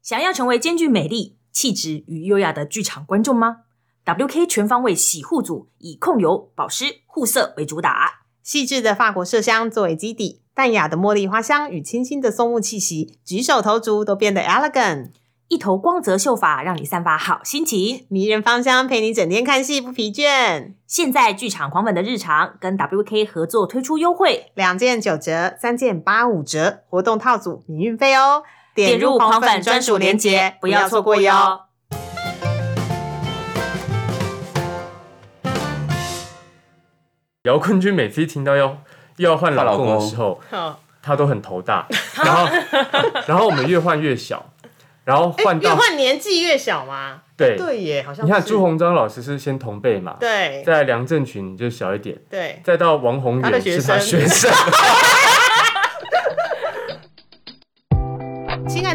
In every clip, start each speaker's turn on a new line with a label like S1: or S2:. S1: 想要成为兼具美丽、气质与优雅的剧场观众吗？WK 全方位洗护组以控油、保湿、护色为主打。
S2: 细致的法国麝香作为基底，淡雅的茉莉花香与清新的松木气息，举手投足都变得 elegant。
S1: 一头光泽秀发，让你散发好心情。
S2: 迷人芳香陪你整天看戏不疲倦，
S1: 现在剧场狂粉的日常跟 WK 合作推出优惠，
S2: 两件九折，三件八五折，活动套组免运费哦。
S1: 点入狂粉专属链接，不要错过哟。。
S3: 姚坤君每次一听到要又要换老公
S4: 换老
S3: 的
S4: 公
S3: 时候，
S2: 哦，
S3: 他都很头大， 然后然后我们越换越小，然后
S2: 哎
S3: 换
S2: 越
S3: 到
S2: 换年纪越小吗？
S3: 对，
S2: 对耶，好像
S3: 你看
S2: 是
S3: 朱鸿章老师是先同辈嘛，
S2: 对
S3: 在梁振群就小一点，
S2: 对，
S3: 再到王宏
S2: 他的
S3: 源
S2: 学
S3: 是他
S2: 生
S3: 学生，
S2: 亲爱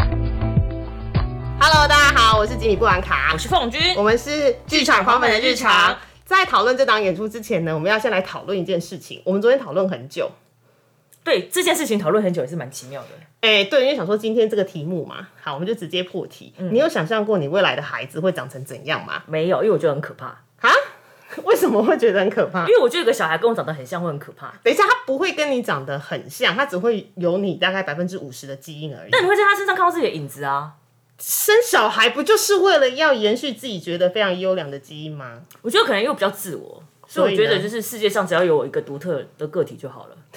S2: Hello，大家好，我是吉米布兰卡
S1: 我，是凤君
S2: 我，们是剧场狂粉的日常。在讨论这档演出之前呢，我们要先来讨论一件事情。我们昨天讨论很久，
S1: 对这件事情讨论很久也是蛮奇妙的。
S2: 哎、对，因为想说今天这个题目嘛，好，我们就直接破题。
S1: 嗯
S2: 你有想象过你未来的孩子会长成怎样吗？
S1: 没有，因为我觉得很可怕，
S2: 啊？为什么会觉得很可怕
S1: 因？为我觉得有个小孩跟我长得很像会很可怕，
S2: 等一下，他不会跟你长得很像，他只会有你大概百分之五十的基因而已。
S1: 但你会在他身上看到自己的影子啊。
S2: 生小孩不就是为了要延续自己觉得非常优良的基因吗？
S1: 我觉得可能因为我比较自我，所
S2: 所
S1: 以
S2: 以
S1: 我
S2: 呢
S1: 觉得就是世界上只要有我一个独特的个体就好了。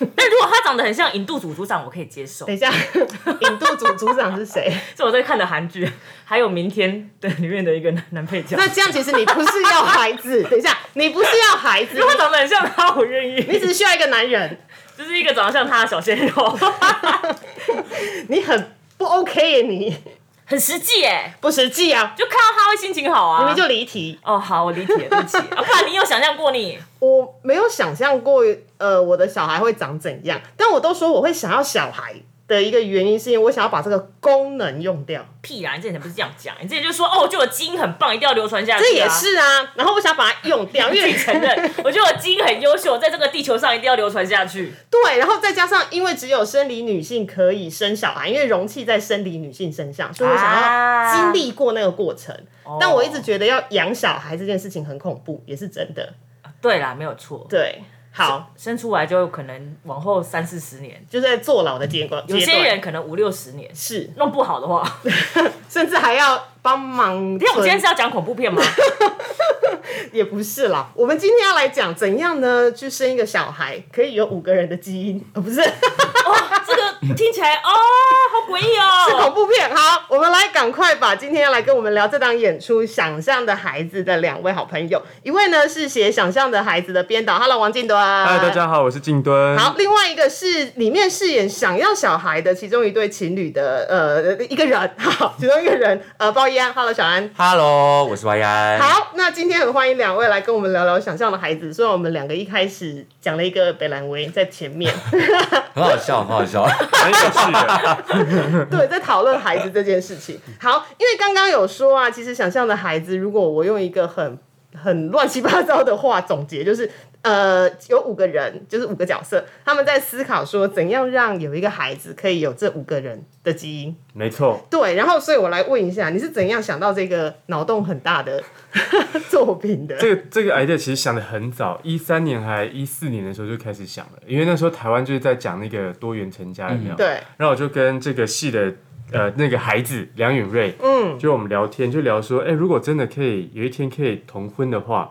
S1: 但如果他长得很像印度组组长，我可以接受。
S2: 等一下， 引渡组组长是谁？
S1: 这我在看的韩剧，还有《明天》对里面的一个男男配角。
S2: 那这样其实你不是要孩子，等一下，你不是要孩 子
S1: 如，果他长得很像他，我愿意。
S2: 你只需要一个男人，
S1: 就是一个长得像他的小鲜肉，
S2: 你很不 OK 耶，你
S1: 很实际哎，
S2: 不实际啊，
S1: 就看到他会心情好啊。
S2: 明明就离题。
S1: 哦，好，我理解，对不起。啊，不然你有想象过你？
S2: 我没有想象过，呃，我的小孩会长怎样。但我都说我会想要小孩的一个原因，是因为我想要把这个功能用掉。
S1: 屁啦！你之前不是这样讲，你之前就说哦，我觉得我基因很棒，一定要流传下去、啊。
S2: 这也是啊，然后我想把它用掉，因
S1: 自己
S2: 为
S1: 承认，我觉得我基因很优秀，在这个地球上一定要流传下去。
S2: 对，然后再加上因为只有生理女性可以生小孩，因为容器在生理女性身上，所以我想要
S1: 啊
S2: 经历过那个过程。但我一
S1: 哦
S2: 直觉得要养小孩这件事情很恐怖，也是真的。
S1: 对啦，没有错。
S2: 对，好，
S1: 生出来就可能往后三四十年，
S2: 就在坐牢的阶段，
S1: 有
S2: 阶
S1: 些
S2: 段
S1: 人可能五六十年，
S2: 是，
S1: 弄不好的话。
S2: 甚至还要帮忙存。
S1: 因为我们今天是要讲恐怖片吗？哦
S2: 也不是啦，我们今天要来讲怎样呢？去生一个小孩可以有五个人的基因，呃、不是
S1: 哦
S2: 是
S1: 哇，这个听起来哦，好诡异
S2: 恐
S1: 哦。
S2: 怖片。好，我们来赶快把今天要来跟我们聊这档演出《想象的孩子》的两位好朋友，一位呢是写《想象的孩子》的编导，Hello 王静端，
S3: 嗨，大。家好，我是静敦。
S2: 好，另外一个是里面饰演想要小孩的其中一对情侣的呃一个人，好，其中一个人呃包一安，Hello 小安，
S4: Hello，我是 Y I。
S2: 好，那今天很欢迎两位来跟我们聊聊《想象的孩子》。虽然我们两个一开始讲了一个北兰威在 前面，
S4: 很好笑，很好 笑。
S3: 很有趣的，
S2: 对，在讨论孩子这件事情。好，因为刚刚有说啊，其实《想象的孩子》，如果我用一个很很乱七八糟的话总结，就是呃，有五个人，就是五个角色，他们在思考说怎样让有一个孩子可以有这五个人的基因。
S3: 没错。
S2: 对，然后所以我来问一下，你是怎样想到这个脑洞很大的 作品的？
S3: 这个这个 idea 其实想的很早，一三年还一四年的时候就开始想了，因为那时候台湾就是在讲那个多元成家，有没有？
S2: 对，
S3: 然后我就跟这个系的呃那个孩子梁允瑞，
S2: 嗯，
S3: 就我们聊天就聊说，哎、如果真的可以有一天可以同婚的话，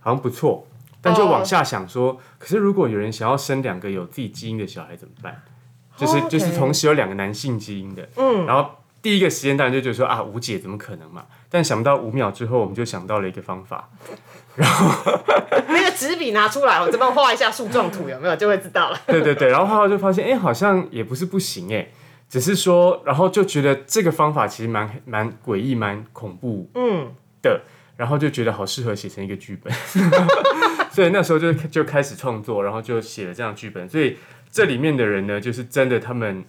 S3: 好像不错。但就往下想说，可是如果有人想要生两个有自己基因的小孩怎么办？就是、
S2: 哦 OK
S3: 就是同时有两个男性基因的，嗯，然后第一个时间当然就觉得说啊无解怎么可能嘛？但想不到五秒之后，我们就想到了一个方法，
S2: 那个纸笔拿出来，我这边画一下树状图，有没有就会知道了。
S3: 对对对，然后后来就发现，哎、好像也不是不行哎、只是说，然后就觉得这个方法其实蛮蛮诡异、蛮恐怖
S2: 嗯，
S3: 的。然后就觉得好适合写成一个剧本， 所以那时候就就开始创作，然后就写了这样的剧本。所以这里面的人呢，就是真的他们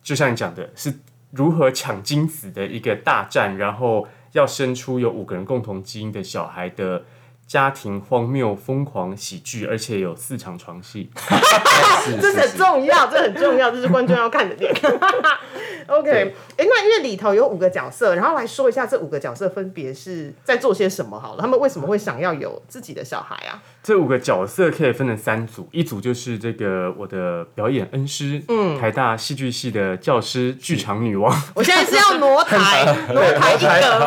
S3: 就像你讲的，是如何抢精子的一个大战，然后要生出有五个人共同基因的小孩的。家庭荒谬、疯狂喜剧，而且有四场床戏，
S4: 是
S2: 这
S4: 是
S2: 很
S4: 是，
S2: 重要，这很重要，这是观众要看的点。OK，哎、
S3: 对
S2: 诶那因为里头有五个角色，然后来说一下这五个角色分别是在做些什么好了，他们为什么会想要有自己的小孩啊？
S3: 这五个角色可以分成三组，一组就是这个我的表演恩师，嗯，台大戏剧系的教师、剧场女王，
S2: 我现在是要挪台，挪台一格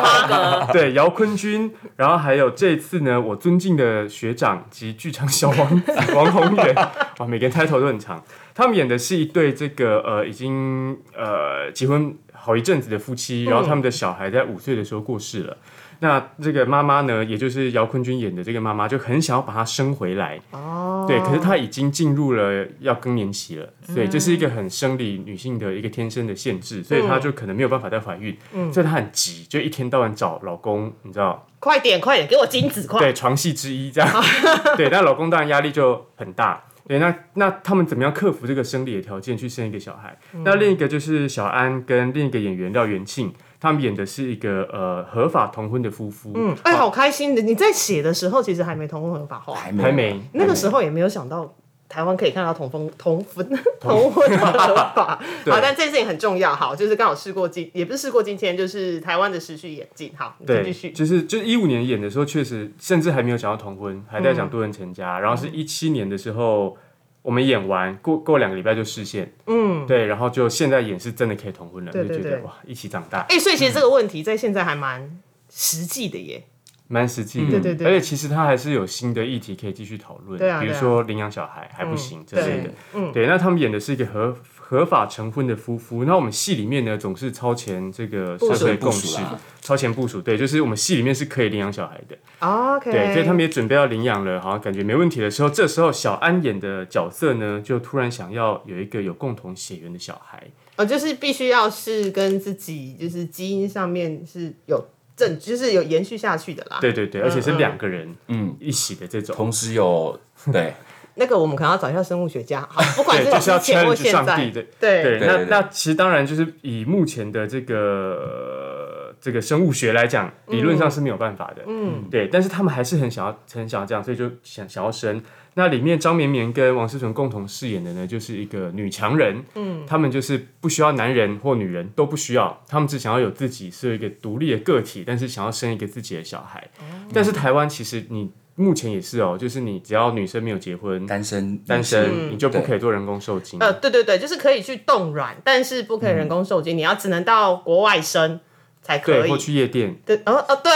S2: 吗？
S3: 对，姚坤君，然后还有这一次呢，我尊敬的学长及剧场小王 子王宏远，哇，每个人 title 都很长。他们演的是一对这个呃已经呃结婚好一阵子的夫妻，然后他们的小孩在五岁的时候过世了。那这个妈妈呢，也就是姚坤君演的这个妈妈，就很想要把他生回来，
S2: 哦，嗯
S3: 对，可是她已经进入了要更年期了，所以这是一个很生理女性的一个天生的限制，所以她就可能没有办法再怀孕，
S2: 嗯
S3: 所以她很急，就一天到晚找老公，你知道，
S2: 快点，快点，给我金子，快！
S3: 对，床戏之一这
S2: 哦
S3: 样， 对，但老公当然压力就很大。对，那那他们怎么样克服这个生理的条件去生一个小孩？
S2: 嗯
S3: 那另一个就是小安跟另一个演员廖元庆，他们演的是一个呃合法同婚的夫妇，哦
S2: 嗯，哎、好开心的！你在写的时候，其实还没同婚合法化，
S4: 还
S3: 还没
S2: 那个时候也没有想到台湾可以看到同婚 同婚同婚合法。
S3: 对
S2: 好，但这件事情很重要。好，就是刚好事过今，也不是事过今天，就是台湾的时序演进。好，你
S3: 对
S2: 继，续。
S3: 就是就是一五年演的时候，确实甚至还没有讲到同婚，还在
S2: 嗯
S3: 讲多人成家。然后是一七年的时候，我们演完过过两个礼拜就视线，嗯，对，然后就现在演是真的可以同婚了，
S2: 对对
S3: 就觉
S2: 对
S3: 得哇，一起长大，
S2: 哎、所以其实这个问题在现在还蛮实际的耶。
S3: 蛮实际的。
S2: 嗯对对对
S3: 而且其实它还是有新的议题可以继续讨论，
S2: 对啊
S3: 比如
S2: 对啊嗯
S3: 说领养小孩还不行之类的
S2: 对。
S3: 对，那他们演的是一个合合法成婚的夫妇。那我们戏里面呢，总是超前这个社会共
S4: 部署
S3: 识
S2: 啊
S4: 啦，
S3: 超前部署。对，就是我们戏里面是可以领养小孩的。
S2: 哦 OK，
S3: 对，所以他们也准备要领养了，好像感觉没问题的时候，这时候小安演的角色呢，就突然想要有一个有共同血缘的小孩，
S2: 哦，就是必须要是跟自己就是基因上面是有正，就是有延续下去的啦。
S3: 对对对，而且是
S2: 嗯
S3: 两个人
S4: 嗯，
S3: 一起的这种，
S4: 同时有对，
S2: 那个我们可能要找一下生物学家，好，不管
S3: 对，就是要
S2: 之前或
S3: challenge
S2: 现
S3: 上帝
S2: 在，
S3: 的。
S2: 对
S3: 对，那
S4: 对对
S3: 那其实当然就是以目前的这个、呃这个生物学来讲，理论上是没有办法的。
S2: 嗯，
S3: 对，但是他们还是很想要，很想要这样，所以就想想要生。那里面张绵绵跟王思纯共同饰演的呢，就是一个女强人。嗯，他们就是不需要男人或女人都不需要，他们只想要有自己是一个独立的个体，但是想要生一个自己的小孩。
S2: 哦
S3: 但是台湾其实你目前也是哦，就是你只要女生没有结婚。
S4: 单身
S3: 单身，
S2: 嗯
S3: 你就不
S4: 对
S3: 可以做人工受精。
S2: 呃，对对对，就是可以去冻卵，但是不可以人工受精，你要只能到国外生才可
S3: 嗯对，或
S2: 以。
S3: 去夜店。
S2: 对，呃呃，对，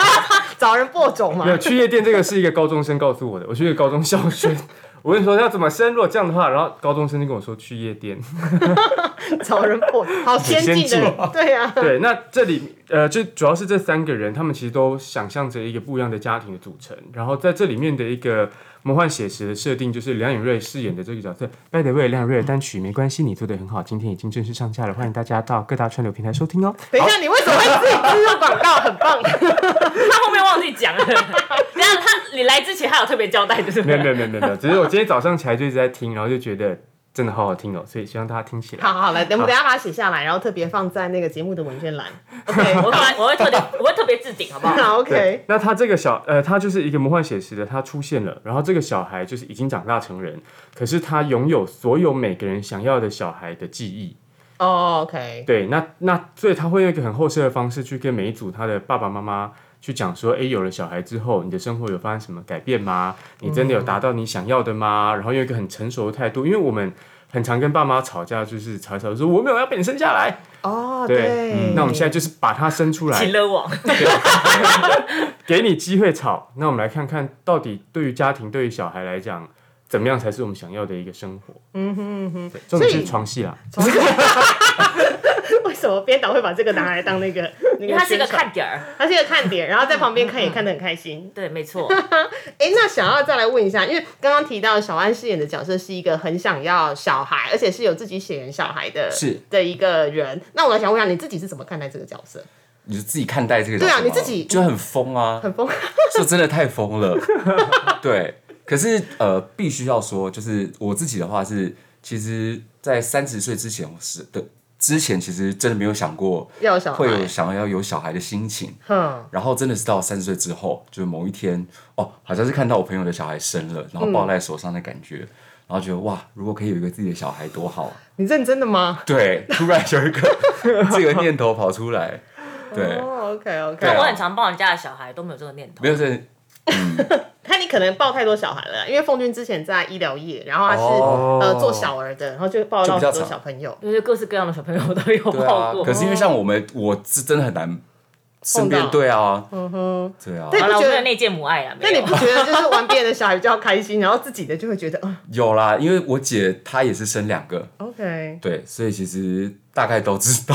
S2: 找人播种嘛
S3: 没。有去夜店，这个是一个高中生告诉我的。我去一个高中校宣，我跟你说要怎么生，如果这样的话，然后高中生就跟我说去夜店。
S2: 找人破，好先进的人，对 呀、啊，
S3: 对，那这里呃，就主要是这三个人，他们其实都想象着一个不一样的家庭的组成。然后在这里面的一个魔幻写实的设定，就是梁颖瑞饰演的这个角色。By the way，梁颖瑞的单曲没关系，你做的很好，今天已经正式上架了，欢迎大家到各大串流平台收听哦。
S2: 等一下，你为什么会自己植入广告？很棒，
S1: 他后面忘记讲了。等一下他你来之前，他有特别交代，就是
S3: 没有没有没有没有没有，只是我今天早上起来就一直在听，然后就觉得真的好好听哦，所以希望大家听起来。
S2: 好好来，我们等一下把它写下来，然后特别放在那个节目的文件栏。
S1: OK，我 会我会特别我会特别置顶，好不 好？
S2: 好
S3: 对
S2: ，OK，，
S3: 那他这个小呃，他就是一个魔幻写实的，他出现了，然后这个小孩就是已经长大成人，可是他拥有所有每个人想要的小孩的记忆。
S2: 哦，OK，
S3: 对，那那所以他会用一个很后设的方式去跟每一组他的爸爸妈妈去讲说，诶，有了小孩之后，你的生活有发生什么改变吗？你真的有达到你想要的吗？然后用一个很成熟的态度，因为我们很常跟爸妈吵架，就是吵一吵说我没有要被你生下来。
S2: 哦，
S3: 对，嗯那我们现在
S2: 在
S3: 就是把他生出来，啊
S1: 请了 我，
S3: 给你机会吵，那我们来看看到底对于家庭、对于小孩来讲，怎么样才是我们想要的一个生活？嗯哼嗯哼，重点
S2: 所
S3: 是
S2: 以
S3: 床戏啦，
S2: 为什么编导会把这个拿来当那个？
S1: 因
S2: 因
S1: 为他是一个，看点儿。
S2: 它是一个看点，然后在旁边看也看得很开心。
S1: 对，没错，
S2: 哎，那想要再来问一下，因为刚刚提到小安饰演的角色是一个很想要小孩，而且是有自己血缘小孩的，
S4: 是
S2: 的一个人。那我来想问一下，你自己是怎么看待这个角色？
S4: 你就自己看待这个叫
S2: 对啊
S4: 什么
S2: 你自己
S4: 就很疯啊，
S2: 很疯，
S4: 说真的太疯 了，对。可是呃，必须要说，就是我自己的话是，其实，在三十岁之前我是的之前，其实真的没有想过
S2: 要有小
S4: 会有
S2: 孩，
S4: 想要有小孩的心情。
S2: 哼，
S4: 然后真的是到三十岁之后，就是某一天哦，好像是看到我朋友的小孩生了，然后抱在手上的感觉，然后觉得哇，如果可以有一个自己的小孩多 好啊。
S2: 你认真的吗？
S4: 对，突然有一个这个念头跑出来，对，
S2: 哦，OK
S4: 对
S2: OK，
S4: 啊
S1: 我很常抱人家的小孩，都没有这个念头
S4: 没。有这
S2: 看你可能抱太多小孩了，因为凤君之前在医疗业，然后他是、
S3: 哦
S2: 呃做小儿的，然后就抱到
S4: 就
S2: 很
S4: 比较
S2: 多
S4: 长
S2: 小朋友，
S1: 就是各式各样的小朋友都有
S4: 对啊
S1: 抱过。。
S4: 可是因为像我们，我是真的很难身
S2: 碰
S4: 边
S2: 到
S4: 对啊，
S2: 嗯哼。
S4: 对啊，
S2: 对
S1: 好了，我
S2: 你觉
S1: 没
S2: 得
S1: 有内建母爱啊，
S2: 那
S1: 没
S2: 你
S1: 有。
S2: 不觉得就是玩别人的小孩比较开心，然后自己的就会觉得啊、
S4: 有啦，因为我姐她也是生两个，
S2: o k
S4: 对，啊所以其实大概都知道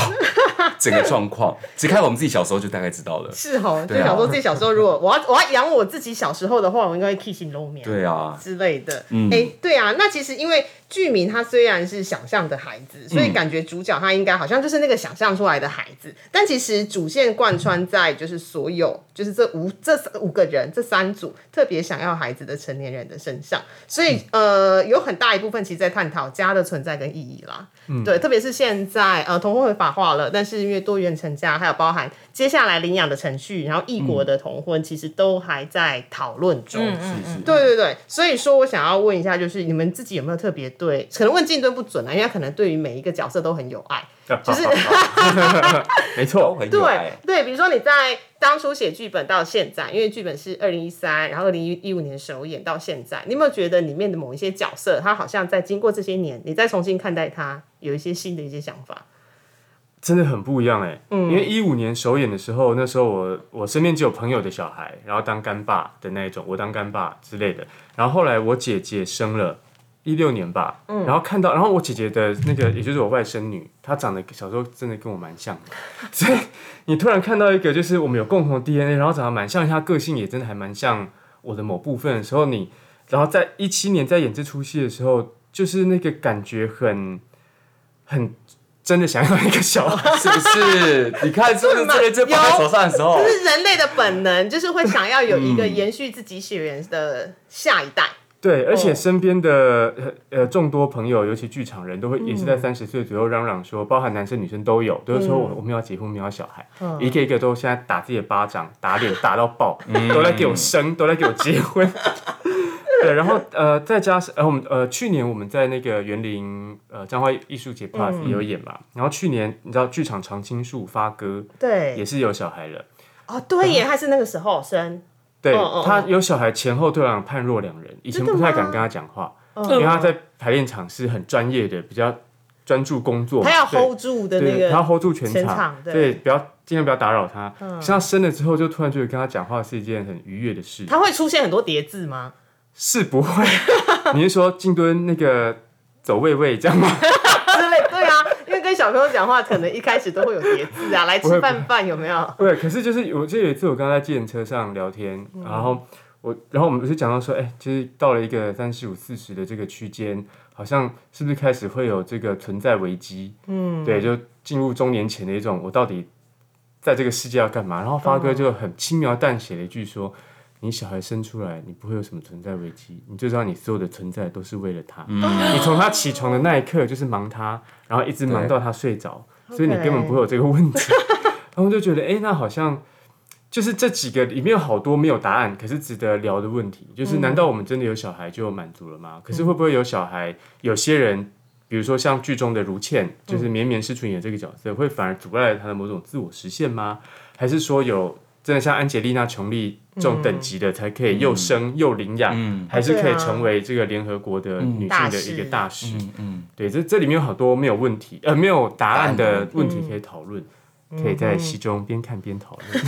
S4: 整个状况，只看我们自己小时候就大概知道了。
S2: 是哦，就
S4: 对啊
S2: 想说自己小时候如果我要我要养我自己小时候的话，我应该会 kiss 露面。
S4: 对啊，
S2: 之类的。哎、
S4: 嗯
S2: 对啊，那其实因为剧名他虽然是想象的孩子，所以感觉主角他应该好像就是那个想象出来的孩子，但其实主线贯穿在就是所有就是这五这五个人这三组特别想要孩子的成年人的身上，所以、呃有很大一部分其实在探讨家的存在跟意义啦。对，特别是现在呃同婚合法化了，但是因为多元成家还有包含接下来领养的程序，然后异国的同婚其实都还在讨论中。
S1: 嗯嗯嗯，
S2: 对对对，所以说我想要问一下，就是你们自己有没有特别对？可能问进蹲不准啊，因为他可能对于每一个角色都很有爱。
S3: 就是 没错，
S4: 很有
S2: 对
S4: 爱，
S2: 对，比如说你在当初写剧本到现在，因为剧本是二零一三，然后二零一五年首演到现在，你有没有觉得里面的某一些角色，他好像在经过这些年，你再重新看待他，有一些新的一些想法？
S3: 真的很不一样哎、因为一五年首演的时候，那时候我我身边只有朋友的小孩，然后当干爸的那一种，我当干爸之类的。然后后来我姐姐生了，一六年吧，然后看到，然后我姐姐的那个，也就是我外甥女，她长得小时候真的跟我蛮像的， 所以你突然看到一个就是我们有共同的 DNA，然后长得蛮像，她个性也真的还蛮像我的某部分的时候，你，然后在一七年在演这出戏的时候，就是那个感觉很很。真的想要一个小孩，
S4: 是不是？你看是不是这个就放在手上的时候
S2: 这，是人类的本能，就是会想要有一个延续自己血缘的下一代。
S3: 对，而且
S2: 哦
S3: 身边的、呃呃众多朋友，尤其剧场人都会也是在
S2: 嗯
S3: 三十岁左右嚷嚷说，包含男生女生都有，都是说我我们要结婚，我们要小孩，
S2: 嗯
S3: 一个一个都现在打自己的巴掌，打脸打到爆，都来给我 生，都来给我结婚。 对，然后呃，再加上呃，我们呃去年我们在那个园林呃彰化艺术节
S2: 嗯
S3: Plus 也有演嘛，然后去年你知道剧场常青树发哥也
S2: 对，
S3: 是有小孩了。
S2: 嗯哦，对耶，他是那个时候生，
S3: 对
S2: 嗯嗯
S3: 他有小孩前后对两判若两人，以前
S2: 真的
S3: 不太敢
S2: 吗嗯
S3: 跟他讲话，因为他在排练场是很专业的，比较专注工作嘛，
S2: 他要
S3: 对
S2: hold 住的那
S3: 对，
S2: 个
S3: 他要 hold 住全
S2: 全
S3: 场
S2: 场，对嗯
S3: 对，不要尽量不要打扰他。像他生了之后，就突然觉得跟他讲话是一件很愉悦的事，
S2: 它会出现很多叠字吗？
S3: 是不会。 你是说静蹲那个走位位这样吗？
S2: 之类，对啊，因为跟小朋友讲话，可能一开始都会有叠字啊，来
S3: 不
S2: 吃
S3: 会不会
S2: 饭饭有没有？
S3: 对，可是就是我记得有一次我跟他在计程车上聊天，然后我然后我们就讲到说，哎、就是到了一个三十五四十的这个区间，好像是不是开始会有这个存在危机？嗯，对，就进入中年前的一种，我到底在这个世界要干嘛？然后发哥就很轻描淡写的一句说。你小孩生出来，你不会有什么存在危机，你就知道你所有的存在都是为了他。你从他起床的那一刻就是忙他，然后一直忙
S4: 对
S3: 到他睡着，所以你根本不会有这个问题。 然后就觉得，哎、那好像就是这几个里面有好多没有答案，可是值得聊的问题，就是难道我们真的有小孩就满足了吗？可是会不会有小孩，有些人，比如说像剧中的如倩，就是绵绵是纯演这个角色，会反而阻碍了她的某种自我实现吗？还是说有真的像安吉丽娜·琼丽这种等级的，才可以又生又领养，
S4: 嗯
S3: 还是可
S2: 对
S3: 以
S2: 啊
S3: 成为这个联合国的女性
S2: 大
S3: 的一个
S2: 使
S3: 大使？
S4: 嗯嗯，
S3: 对，这这里面有好多没有问题，呃，没有答案
S4: 答案
S3: 的
S4: 的
S3: 问
S2: 嗯
S3: 题可以讨论，可以在戏中边看边讨论。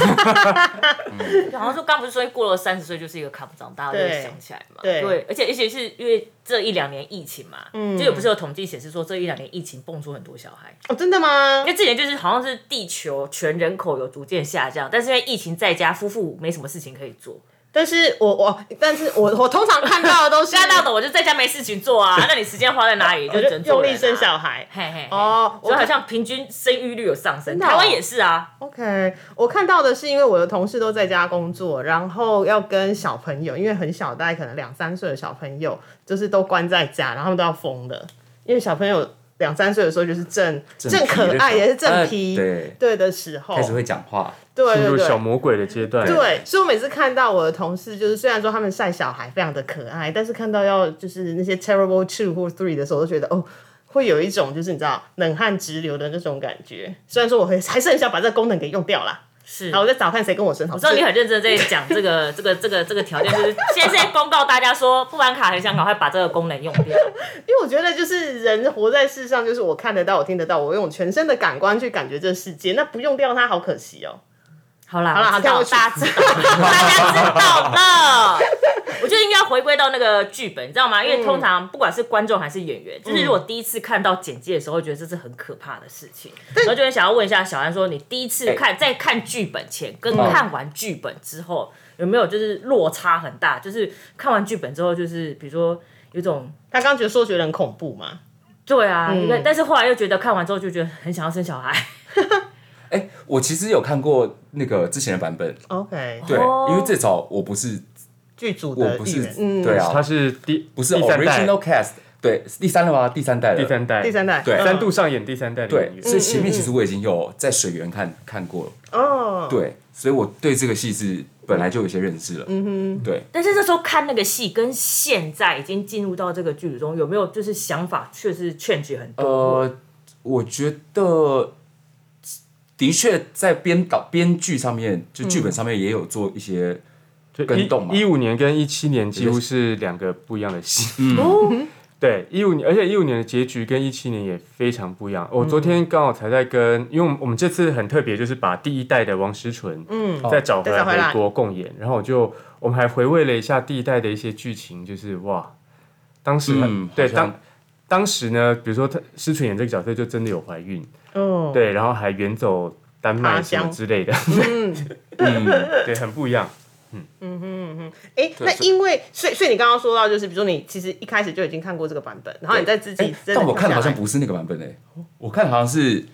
S1: 然后就刚不是说过了三十岁就是一个看不长大，我就
S2: 对
S1: 会想起来嘛。
S2: 对
S1: 而且而且是因为这一两年疫情嘛，
S2: 嗯
S1: 就有不是有统计显示说这一两年疫情蹦出很多小孩，
S2: 哦，真的吗
S1: 因？为之前就是好像是地球全人口有逐渐下降，但是因为疫情在家，夫妇没什么事情可以做，
S2: 但是我我，但是我我通常看到的都是
S1: 吓到的我就在家没事情做啊，那你时间花在 哪里？就
S2: 我
S1: 只能
S2: 就
S1: 做
S2: 用
S1: 人啊
S2: 力生小孩。
S1: 嘿嘿嘿
S2: 哦
S1: 所以
S2: 我
S1: 好
S2: 看
S1: 像平均生育率有上升，
S2: 真的哦
S1: 台湾也是啊，
S2: OK，我看到的是因为我的同事都在家工作，然后要跟小朋友，因为很小，大概可能两三岁的小朋友，就是都关在家，然后他们都要疯的，因为小朋友两三岁的时候就是正
S4: 皮
S2: 正可爱，也是正皮、
S4: 呃对，
S2: 对的时候
S4: 开，始会讲话，
S2: 对
S3: 进
S2: 对
S3: 入小
S2: 对。
S3: 魔鬼的阶段。，
S2: 对，所以我每次看到我的同事，就是虽然说他们晒小孩非常的可爱，但是看到要就是那些 terrible two 或 three 的时候，我都觉得哦，会有一种就是你知道冷汗直流的那种感觉。虽然说我会还是很想把这个功能给用掉啦，
S1: 是。
S2: 好，我再找看谁跟我生好。
S1: 我知道你很认真在讲这个 这个这个这个条件， 就是现在在公告大家说，布兰卡很想赶快把这个功能用掉。
S2: 因为我觉得就是人活在世上，就是我看得到，我听得到，我用全身的感官去感觉这世界，那不用掉它好可惜哦。
S1: 好啦，
S2: 好啦
S1: 我知道
S2: 好跳过去
S1: 大家知道，大家知道了。我觉得应该回归到那个剧本，你知道吗？因为通常不管是观众还是演
S2: 嗯
S1: 员，就是如果第一次看到简介的时候，会觉得这是很可怕的事情，
S2: 嗯
S1: 然后就会想要问一下小安说，你第一次看在看剧本前跟看完剧本之后，有没有就是落差很大？就是看完剧本之后，就是比如说有种。
S2: 他刚觉得说觉得很恐怖 嘛，
S1: 对啊，应该、但是后来又觉得看完之后就觉得很想要生小孩，
S4: 哎，我其实有看过那个之前的版本，
S2: OK，
S4: 对，
S1: 哦
S4: 因为最早我不是
S2: 剧组
S4: 我
S2: 的
S4: 不
S2: 艺
S4: 是
S2: 人，嗯，
S4: 对啊
S3: 他，是第
S4: 不是
S3: 第三代，
S4: original cast，对，第三代吗？第三代了，
S3: 第三代，
S2: 第三代，
S4: 对
S2: 嗯
S3: 三度上演第三代的演员。
S4: 对，所以前面其实我已经有在水源看看过了，
S2: 哦，
S4: 对，所以我对这个戏是本来就有一些认识了，嗯哼，对，
S1: 但是那时候看那个戏，跟现在已经进入到这个剧组中，有没有就是想法确实劝举很多？
S4: 呃，我觉得的确在编导编剧上面，就剧本上面也有做一些，
S3: 就
S4: 跟动嘛
S3: 一一五年跟一七年几乎是两个不一样的戏。嗯，
S2: 哦
S3: 对，一五年，而且一五年的结局跟一七年也非常不一样。我昨天刚好才在跟，因为我们我们这次很特别，就是把第一代的王诗纯，嗯，
S4: 哦
S3: 再找回来
S2: 再找回来
S3: 回国共演，然后我就我们还回味了一下第一代的一些剧情，就是哇，当时很、
S4: 嗯
S3: 对
S4: 好像
S3: 当。当时呢，比如说她诗纯演这个角色就真的有怀孕，
S2: 哦，
S3: 对，然后还远走丹
S2: 他
S3: 麦什
S2: 乡
S3: 么之类的，
S4: 嗯，
S3: 对，很不一样。
S2: 哎，
S4: 对
S2: 那
S4: 所以
S2: 因为所以所以你刚刚说到，就是比如说你其实一开始就已经看过这个版本，然后你再自己
S4: 哎，
S2: 真的
S4: 但我看的好
S2: 下
S4: 像
S2: 来
S4: 不是那个版本诶，我看的好像是，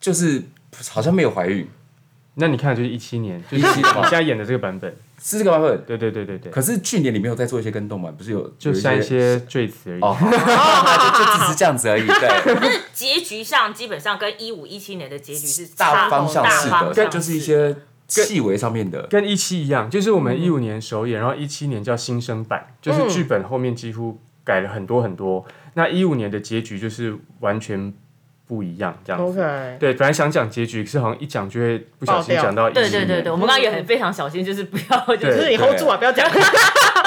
S4: 就是好像没有怀孕，
S3: 那你看，就是一七年，就是
S4: 17
S3: 你
S4: 的吗
S3: 现在演的这个版本，
S4: 是这个版本。
S3: 对对对对对，
S4: 可是去年里面有在做一些跟动嘛，不是有
S3: 就
S4: 有
S3: 删一些赘词而已。
S4: 哦，就只是这样子而已，对，
S1: 结局上基本上跟一五一七年的结局是
S4: 大方向
S1: 大
S4: 是
S1: 方向
S4: 的，就是一些细微上面的，
S3: 跟一七一样，就是我们一五年首演，然后一七年叫新生版，就是剧本后面几乎改了很多很多。那一五年的结局就是完全不一样，这样子。
S2: OK，
S3: 对，本来想讲结局，可是好像一讲就会不小心
S2: 爆掉
S3: 讲到一七
S1: 对
S3: 年。
S1: 对对对，我们刚刚也很非常小心，就是不要就
S2: 就是是你 hold 住啊，不要讲，
S3: 对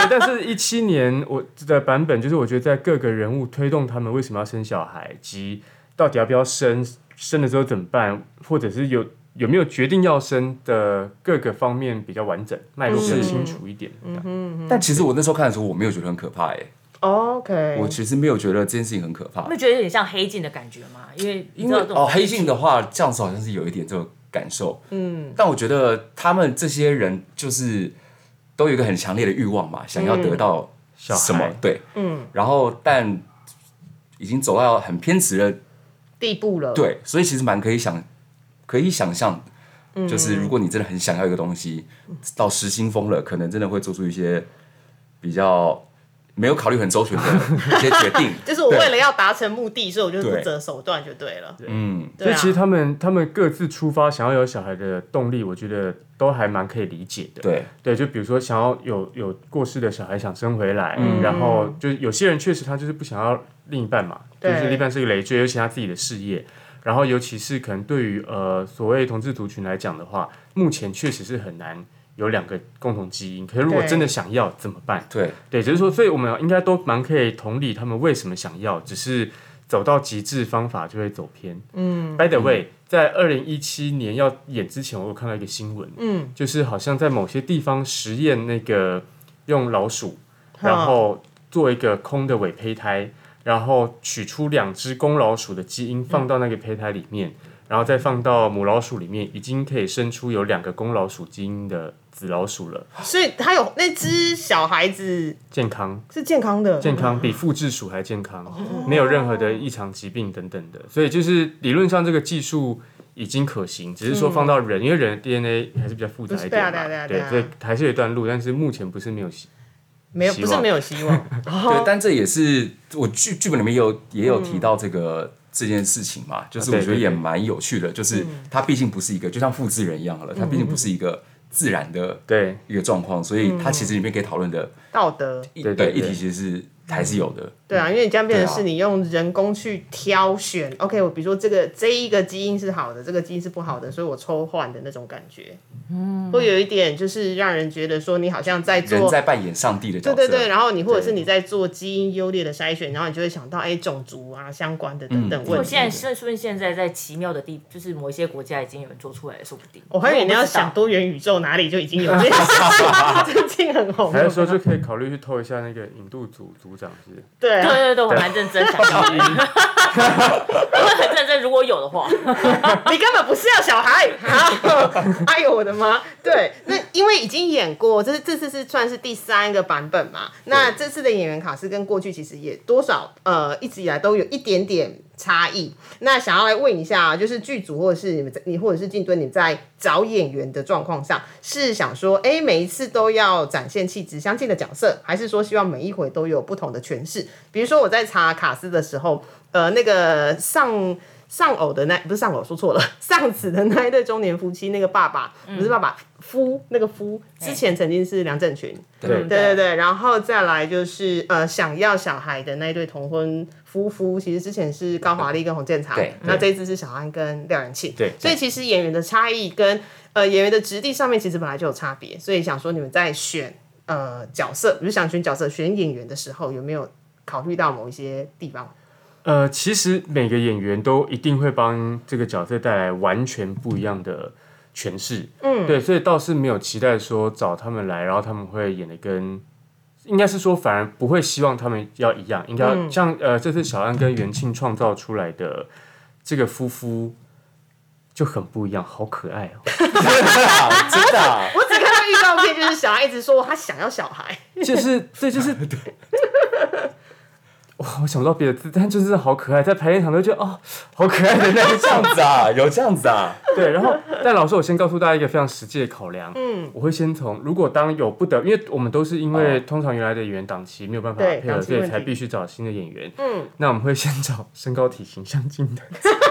S3: 但是，一七年我的版本就是，我觉得在各个人物推动他们为什么要生小孩，及到底要不要生，生了之后怎么办，或者是有有没有决定要生的各个方面比较完整，脉络比较清楚一点。
S2: 嗯
S3: 这样
S4: 但其实我那时候看的时候，我没有觉得很可怕哎、
S2: OK，
S4: 我其实没有觉得这件事情很可怕
S1: 你，会觉得有点像黑镜的感觉吗？因为你
S4: 因
S1: 知
S4: 为
S1: 道这种
S4: 哦，黑镜的话，这样子好像是有一点这种感受，嗯，但我觉得他们这些人就是都有一个很强烈的欲望嘛，想要得
S1: 嗯
S4: 到
S3: 小
S4: 什么，
S3: 孩，
S4: 对，嗯，然后但已经走到很偏执的，
S2: 地步了，，
S4: 对，所以其实蛮可以想，可以想象。
S1: 嗯
S4: 就是如果你真的很想要一个东西，到失心疯了，可能真的会做出一些比较没有考虑很周全的一些决 定。
S2: 就是我
S4: 对
S2: 为了要达成目的，所以我就不
S4: 对
S2: 择手段就对了，
S4: 嗯，
S2: 对
S3: 所以
S2: 啊
S3: 其实他们他们各自出发想要有小孩的动力，我觉得都还蛮可以理解的。
S4: 对，
S3: 对，就比如说想要有有过世的小孩想生回来，
S2: 嗯
S3: 然后就是有些人确实他就是不想要另一半嘛，就
S2: 对
S3: 是另一半是个累赘，尤其他自己的事业，然后尤其是可能对于呃所谓同志族群来讲的话，目前确实是很难有两个共同基因，可是如果
S2: 对
S3: 真的想要怎么办？
S4: 对，
S3: 对，只是说，所以我们应该都蛮可以同理他们为什么想要，只是走到极致方法就会走偏。嗯，By the way，、在二零一七年要演之前，我有看到一个新闻，嗯，就是好像在某些地方实验那个用老鼠，然后做一个空的伪胚胎，然后取出两只公老鼠的基因放到那个胚胎里面。然后再放到母老鼠里面，已经可以生出有两个公老鼠基因的紫老鼠了，
S2: 所以他有那只小孩子
S3: 健康。
S2: 是健康的，
S3: 健康比复制鼠还健康，没有任何的异常疾病等等的，所以就是理论上这个技术已经可行，只是说放到人，因为人的 DNA 还是比较复杂一点
S2: 对啊对啊
S3: 嘛，
S2: 对啊对啊
S3: 所以还是有一段路，但是目前不是没有希
S2: 没有
S3: 希
S2: 不
S3: 望
S2: 是没有希望，
S4: 对，但这也是我剧剧本里面也有也
S2: 嗯
S4: 有提到这个、这件事情嘛，
S2: 啊
S4: 就是我觉得也蛮有趣的，就是
S2: 嗯
S4: 它毕竟不是一个就像复制人一样好了，它毕竟不是一个自然的
S3: 对
S4: 一个状况，所
S2: 嗯
S4: 以它其实里面可以讨论的
S2: 道 德。
S4: 一
S3: 对
S4: 对
S3: 对
S4: 议
S3: 对
S4: 题其实是还是有的。
S2: 对啊，因为你这样变成
S4: 对啊
S2: 是你用人工去挑选、o k 我比如说这个这一个基因是好的，这个基因是不好的，所以我抽换的那种感觉，嗯，会有一点就是让人觉得说你好像在
S4: 人
S2: 做，
S4: 在扮演上帝的角
S2: 对
S4: 色，
S2: 对对，然后你或者是
S4: 对
S2: 你在做基因优劣的筛选，然后你就会想到哎种族啊相关的等等
S4: 嗯
S1: 我
S2: 问题。
S1: 现在顺顺现在在奇妙的地，就是某一些国家已经有人做出来了，说不定。
S2: 哦我还以为你要想多元宇宙哪里就已经有 这件事情，最近很红。
S3: 还是说就可以考虑去偷一下那个引渡组组长是
S2: 对
S1: 对
S2: 啊，
S1: 对对，我蛮认真想要 的，我会很认真。如果有的话，
S2: 你根本不是要小孩。好，哎呦我的妈！对，那因为已经演过，这是这次是算是第三个版本嘛。那这次的演员卡司跟过去其实也多少呃一直以来都有一点点差异。那想要来问一下啊，就是剧组或者是你们在你或者是靳敦你在找演员的状况上，是想说，哎、每一次都要展现气质相近的角色，还是说希望每一回都有不同的诠释？比如说我在查卡斯的时候，呃，那个上。丧偶的那不是丧偶，说错了， 丧子的那一对中年夫妻，那个爸爸、
S4: 嗯
S2: 不是爸爸夫，那个夫
S4: 哎
S2: 之前曾经是梁振群，
S4: 嗯
S3: 对
S2: 对对对，然后再来就是呃，想要小孩的那一对同婚夫妇，其实之前是高华丽跟洪建才
S4: 对，
S2: 那这一次是小安跟廖元庆，
S3: 对
S2: 所以其实演员的差异跟呃演员的质地上面其实本来就有差别，所以想说你们在选呃角色，比如想选角色、选演员的时候，有没有考虑到某一些地方？
S3: 呃，其实每个演员都一定会帮这个角色带来完全不一样的诠释，嗯，对，所以倒是没有期待说找他们来，然后他们会演的跟，应该是说反而不会希望他们要一样，应该、像呃这次小安跟元庆创造出来的这个夫妇就很不一样，好可爱哦。
S4: 真的啊、
S2: 我只看到预告片，就是小安一直说他想要小孩，
S3: 就是 这就是，哇，我想不到别的字，但就是好可爱，在排练场都觉得哦，好可爱的那一
S4: 这样子啊，有这样子啊，
S3: 对，然后但老师，我先告诉大家一个非常实际的考量，嗯，我会先从如果当有不得，因为我们都是因为
S4: 哦
S3: 通常原来的演员档期没有办法
S2: 对
S3: 配
S2: 档
S3: 合，
S2: 期
S3: 所以
S2: 问
S3: 才
S2: 题
S3: 必须找新的演员。
S2: 嗯，
S3: 那我们会先找 身高体型相近的，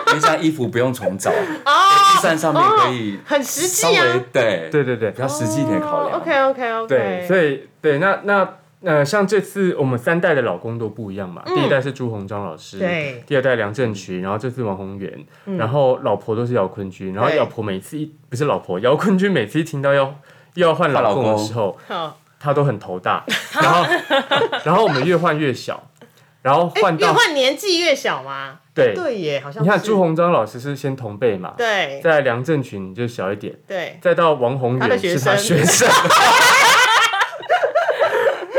S4: 因为像衣服不用重 找，预算上面可以
S2: 哦很实际
S4: 稍微
S2: 啊。
S4: 对，
S3: 对对对
S4: 比较实际一点的
S2: 哦
S4: 考量。
S2: OK OK OK，
S3: 哦对，所以对那那。呃，像这次我们三代的老公都不一样嘛，第一代是朱鸿章老师，
S2: 嗯对嗯
S3: 第二代梁振群，然后这次王宏源，然后老婆都是姚坤君，然后
S2: 对
S3: 姚婆每次一不是老婆，姚坤君每次一听到要要换
S4: 换
S3: 老
S4: 老
S3: 公的
S4: 公
S3: 时候，
S2: 好，
S3: 他都很头 大，然后 然后我们越换越小，然后换
S2: 哎越
S3: 到、
S2: 换年纪越小嘛。
S3: 对，
S2: 对耶，好像
S3: 你看
S2: 是
S3: 朱鸿章老师是先同辈嘛，
S2: 对
S3: 在梁振群就小一点，
S2: 对，
S3: 再到王宏
S2: 他的
S3: 源
S2: 学
S3: 是他
S2: 生
S3: 学生。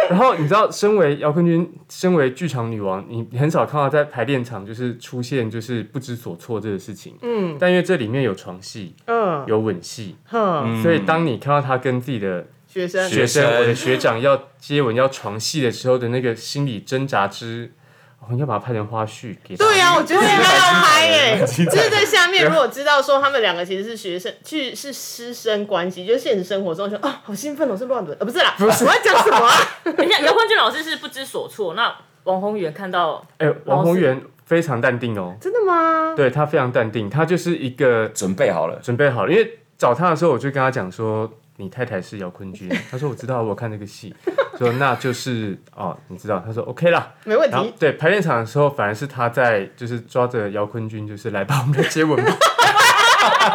S3: 然后你知道，身为姚坤君，身为剧场女王，你你很少看到在排练场就是出现就是不知所措这个事情。
S2: 嗯
S3: 但因为这里面有床戏，
S2: 嗯
S3: 有吻戏，
S2: 哼，
S4: 嗯
S3: 所以当你看到他跟自己的
S2: 学生
S3: 学生，
S4: 生
S3: 我的学长要接吻要床戏的时候的那个心理挣扎之，我应该把它拍成花絮给大家
S2: 对啊呀、我觉得应该要拍耶、
S4: 精彩
S2: 就是在下面，如果知道说他们两个其实是学生，去是师生关系，就现实生活中就啊，好兴奋哦，是乱伦，呃，不是啦，我要讲什么、 啊？
S1: 等一下，姚冠军老师是不知所措。那王宏源看到
S3: 哎、王宏源非常淡定哦，
S2: 真的吗？
S3: 对他非常淡定，他就是一个
S4: 准备好了，
S3: 准备好了，因为找他的时候我就跟他讲说。你太太是姚坤 君，他说我知道，我有看那个戏，说那就是哦，你知道，他说 OK 啦。
S2: 没问
S3: 然后
S2: 题，
S3: 对排练场的时候，反而是他在就是抓着姚坤君，就是来把我们的接吻吧。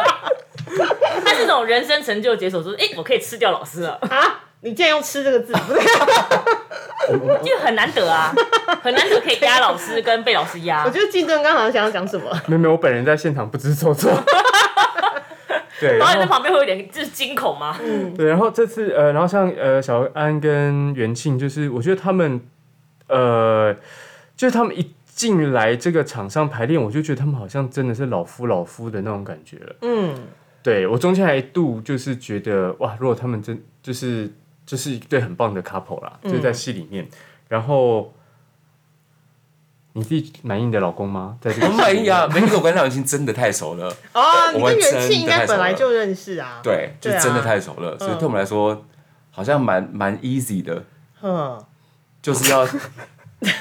S1: 他这种人生成就解锁，说：“哎、我可以吃掉老师了，
S2: 啊你竟然用“吃”这个字，不对，
S1: 因为很难得啊，很难得可以压老师跟被老师压
S2: 我。觉得靳敦刚好像想要讲什么，
S3: 没有没有，我本人在现场不知所 措。对，”然
S1: 导
S3: 后
S1: 演在旁边会有点就是惊恐吗？
S2: 嗯
S3: 对，然后这次呃，然后像呃小安跟元庆，就是我觉得他们呃，就是他们一进来这个场上排练，我就觉得他们好像真的是老夫老夫的那种感觉了。
S2: 嗯，
S3: 对我中间还一度就是觉得哇，如果他们真就是就是一对很棒的 couple 啦，就是在戏里面。然后你自己满意你的老公吗？在这个
S4: 我
S3: 戏
S4: 满意啊，
S3: 里面，
S4: 没你跟我跟廖永清真的太熟 了，
S2: 哦，
S4: 我
S2: 你
S4: 们
S2: 跟元
S4: 真
S2: 气
S4: 的
S2: 应该
S4: 太熟
S2: 本来
S4: 了
S2: 就认识啊。，
S4: 对，就
S2: 对啊
S4: 真的太熟了，所以对我们来说好像蛮蛮 easy 的，
S2: 嗯，
S4: 就是 要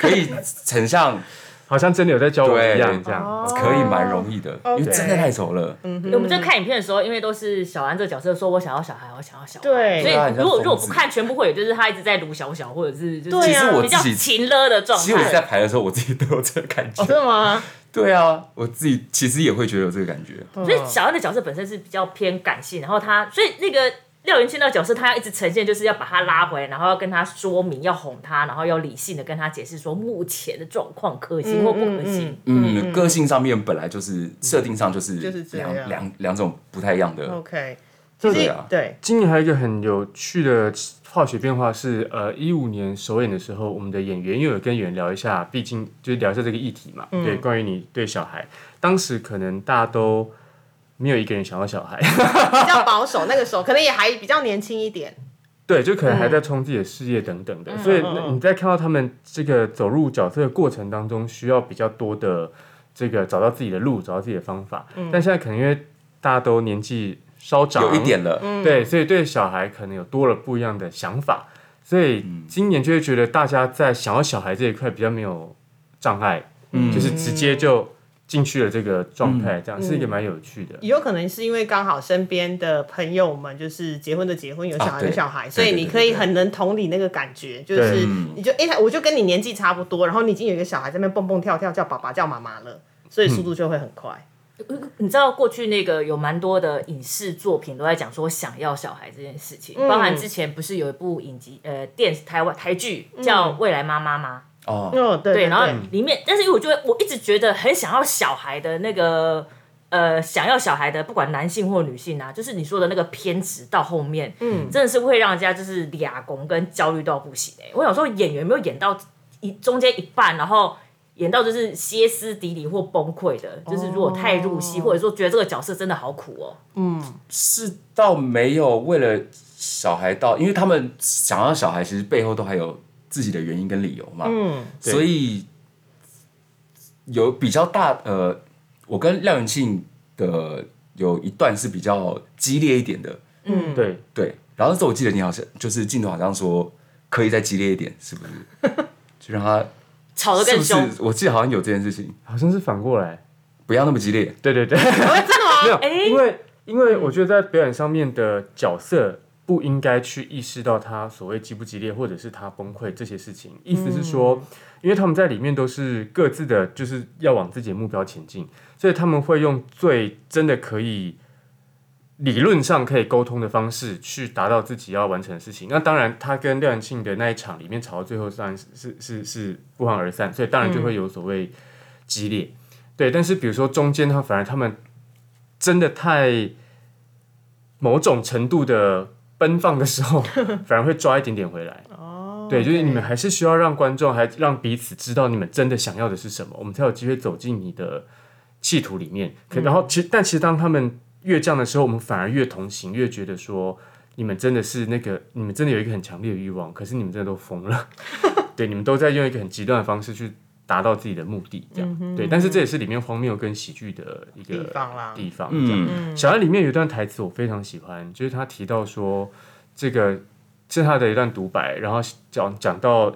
S4: 可以很像
S2: 哦
S3: 好像真的有在交往
S4: 对
S3: 一样，这样。
S4: 可以蛮容易的，因为真的太熟了，
S2: 嗯
S1: 我们在看影片的时候，因为都是小安这个角色说我想要小孩，我想要小孩，
S2: 对
S1: 所
S4: 对啊你
S1: 以
S4: 像
S1: 如果
S4: 疯
S1: 如
S4: 子
S1: 果不看全部会有，就是他一直在撸小小，或者是就是
S2: 对啊其实
S4: 自
S2: 我
S1: 比较
S4: 己
S1: 情勒的状态。
S4: 其实我在排的时候，我自己都有这个感觉
S2: 哦，真。的吗？
S4: 对啊，我自己其实也会觉得有这个感觉。
S2: 嗯
S1: 所以小安的角色本身是比较偏感性，然后他所以那个廖元庆那个角色，他要一直呈现就是要把他拉回来，然后要跟他说明，要哄他，然后要理性的跟他解释说目前的状况可行或不可行。
S4: 嗯，个性上面本来就是设定上就是
S2: 就是这样哦
S4: 两两两种不太一样的。
S2: OK，
S3: 这
S2: 其
S3: 个
S2: 实
S4: 啊
S2: 对，
S3: 今年还有一个很有趣的化学变化是，呃，一五年首演的时候，我们的演员又有跟演员聊一下，毕竟就是聊一下这个议题嘛，对，关于你对小孩，当时可能大家都没有一个人想要小孩，
S2: 比较保守，那个时候可能也还比较年轻一点。
S3: 对，就可能还在冲自己的事业等等的，所以那你在看到他们这个走入角色的过程当中，需要比较多的这个找到自己的路，找到自己的方法。但现在可能因为大家都年纪稍长
S4: 有一点了，
S2: 嗯
S3: 对，所以对小孩可能有多了不一样的想法，所以今年就会觉得大家在想要小孩这一块比较没有障碍，就是直接就进去了这个状态，这样是一个蛮有趣的。
S2: 也有可能是因为刚好身边的朋友们就是结婚的结婚，有小孩的
S4: 对
S2: 小孩，
S4: 对
S2: 所以
S4: 对
S2: 你
S4: 对
S2: 可以
S4: 对
S2: 很能同理那个感觉，就是你就哎、我就跟你年纪差不多，然后你已经有一个小孩在那边蹦蹦跳跳叫爸爸叫妈妈了，所以速度就会很快。
S1: 你知道过去那个有蛮多的影视作品都在讲说想要小孩这件事情，
S4: 嗯
S1: 包含之前不是有一部影集呃电台湾台剧
S4: 嗯
S1: 叫《未来妈妈》吗？
S4: 哦，
S2: 哦，对
S1: 对，
S2: 对
S1: 然后
S2: 对
S1: 里面，但是因为我就会我一直觉得很想要小孩的那个呃，想要小孩的，不管男性或女性啊，就是你说的那个偏执到后面，嗯，真的是会让人家就是俩拱跟焦虑到不行哎、我有时候演员没有演到一中间一半，然后。演到就是歇斯底里或崩溃的，就是如果太入戏，或者说觉得这个角色真的好苦哦、
S4: 是倒没有为了小孩到，因为他们想要小孩，其实背后都还有自己的原因跟理由嘛。嗯，
S3: 对
S4: 所以有比较大呃，我跟廖元庆的呃有一段是比较激烈一点的，
S3: 对，
S4: 对。然后那时候我记得你好像就是镜头好像说可以再激烈一点，是不是？ 就让他
S1: 吵得
S4: 是
S1: 更
S4: 不
S1: 凶。
S4: 是？我记得好像有这件事情，
S3: 好像是反过来，
S4: 不要那么激烈。
S3: 对对 对，
S1: 啊
S3: 没有，因为因为我觉得在表演上面的角色不应该去意识到他所谓激不激烈，或者是他崩溃这些事情。意思是说，因为他们在里面都是各自的，就是要往自己的目标前进，所以他们会用最真的可以。理论上可以沟通的方式去达到自己要完成的事情。那当然，他跟廖元庆的那一场里面吵到最后，当然是是是是不欢而散，所以当然就会有所谓激烈。对，但是比如说中间他反而他们真的太某种程度的奔放的时候，反而会抓一点点回来。哦，对，就是你们还是需要让观众还让彼此知道你们真的想要的是什么，我们才有机会走进你的企图里面。可然后其实，但其实当他们越这样的时候，我们反而越同情，越觉得说。你们真的是那个，你们真的有一个很强烈的欲望，可是你们真的都疯了，对，你们都在用一个很极端的方式去达到自己的目的，这样、对。但是这也是里面荒谬跟喜剧的一个
S2: 地方啦
S3: 地方，这样
S4: 嗯，
S3: 小安里面有一段台词我非常喜欢，就是他提到说，这个是他的一段独白，然后讲讲到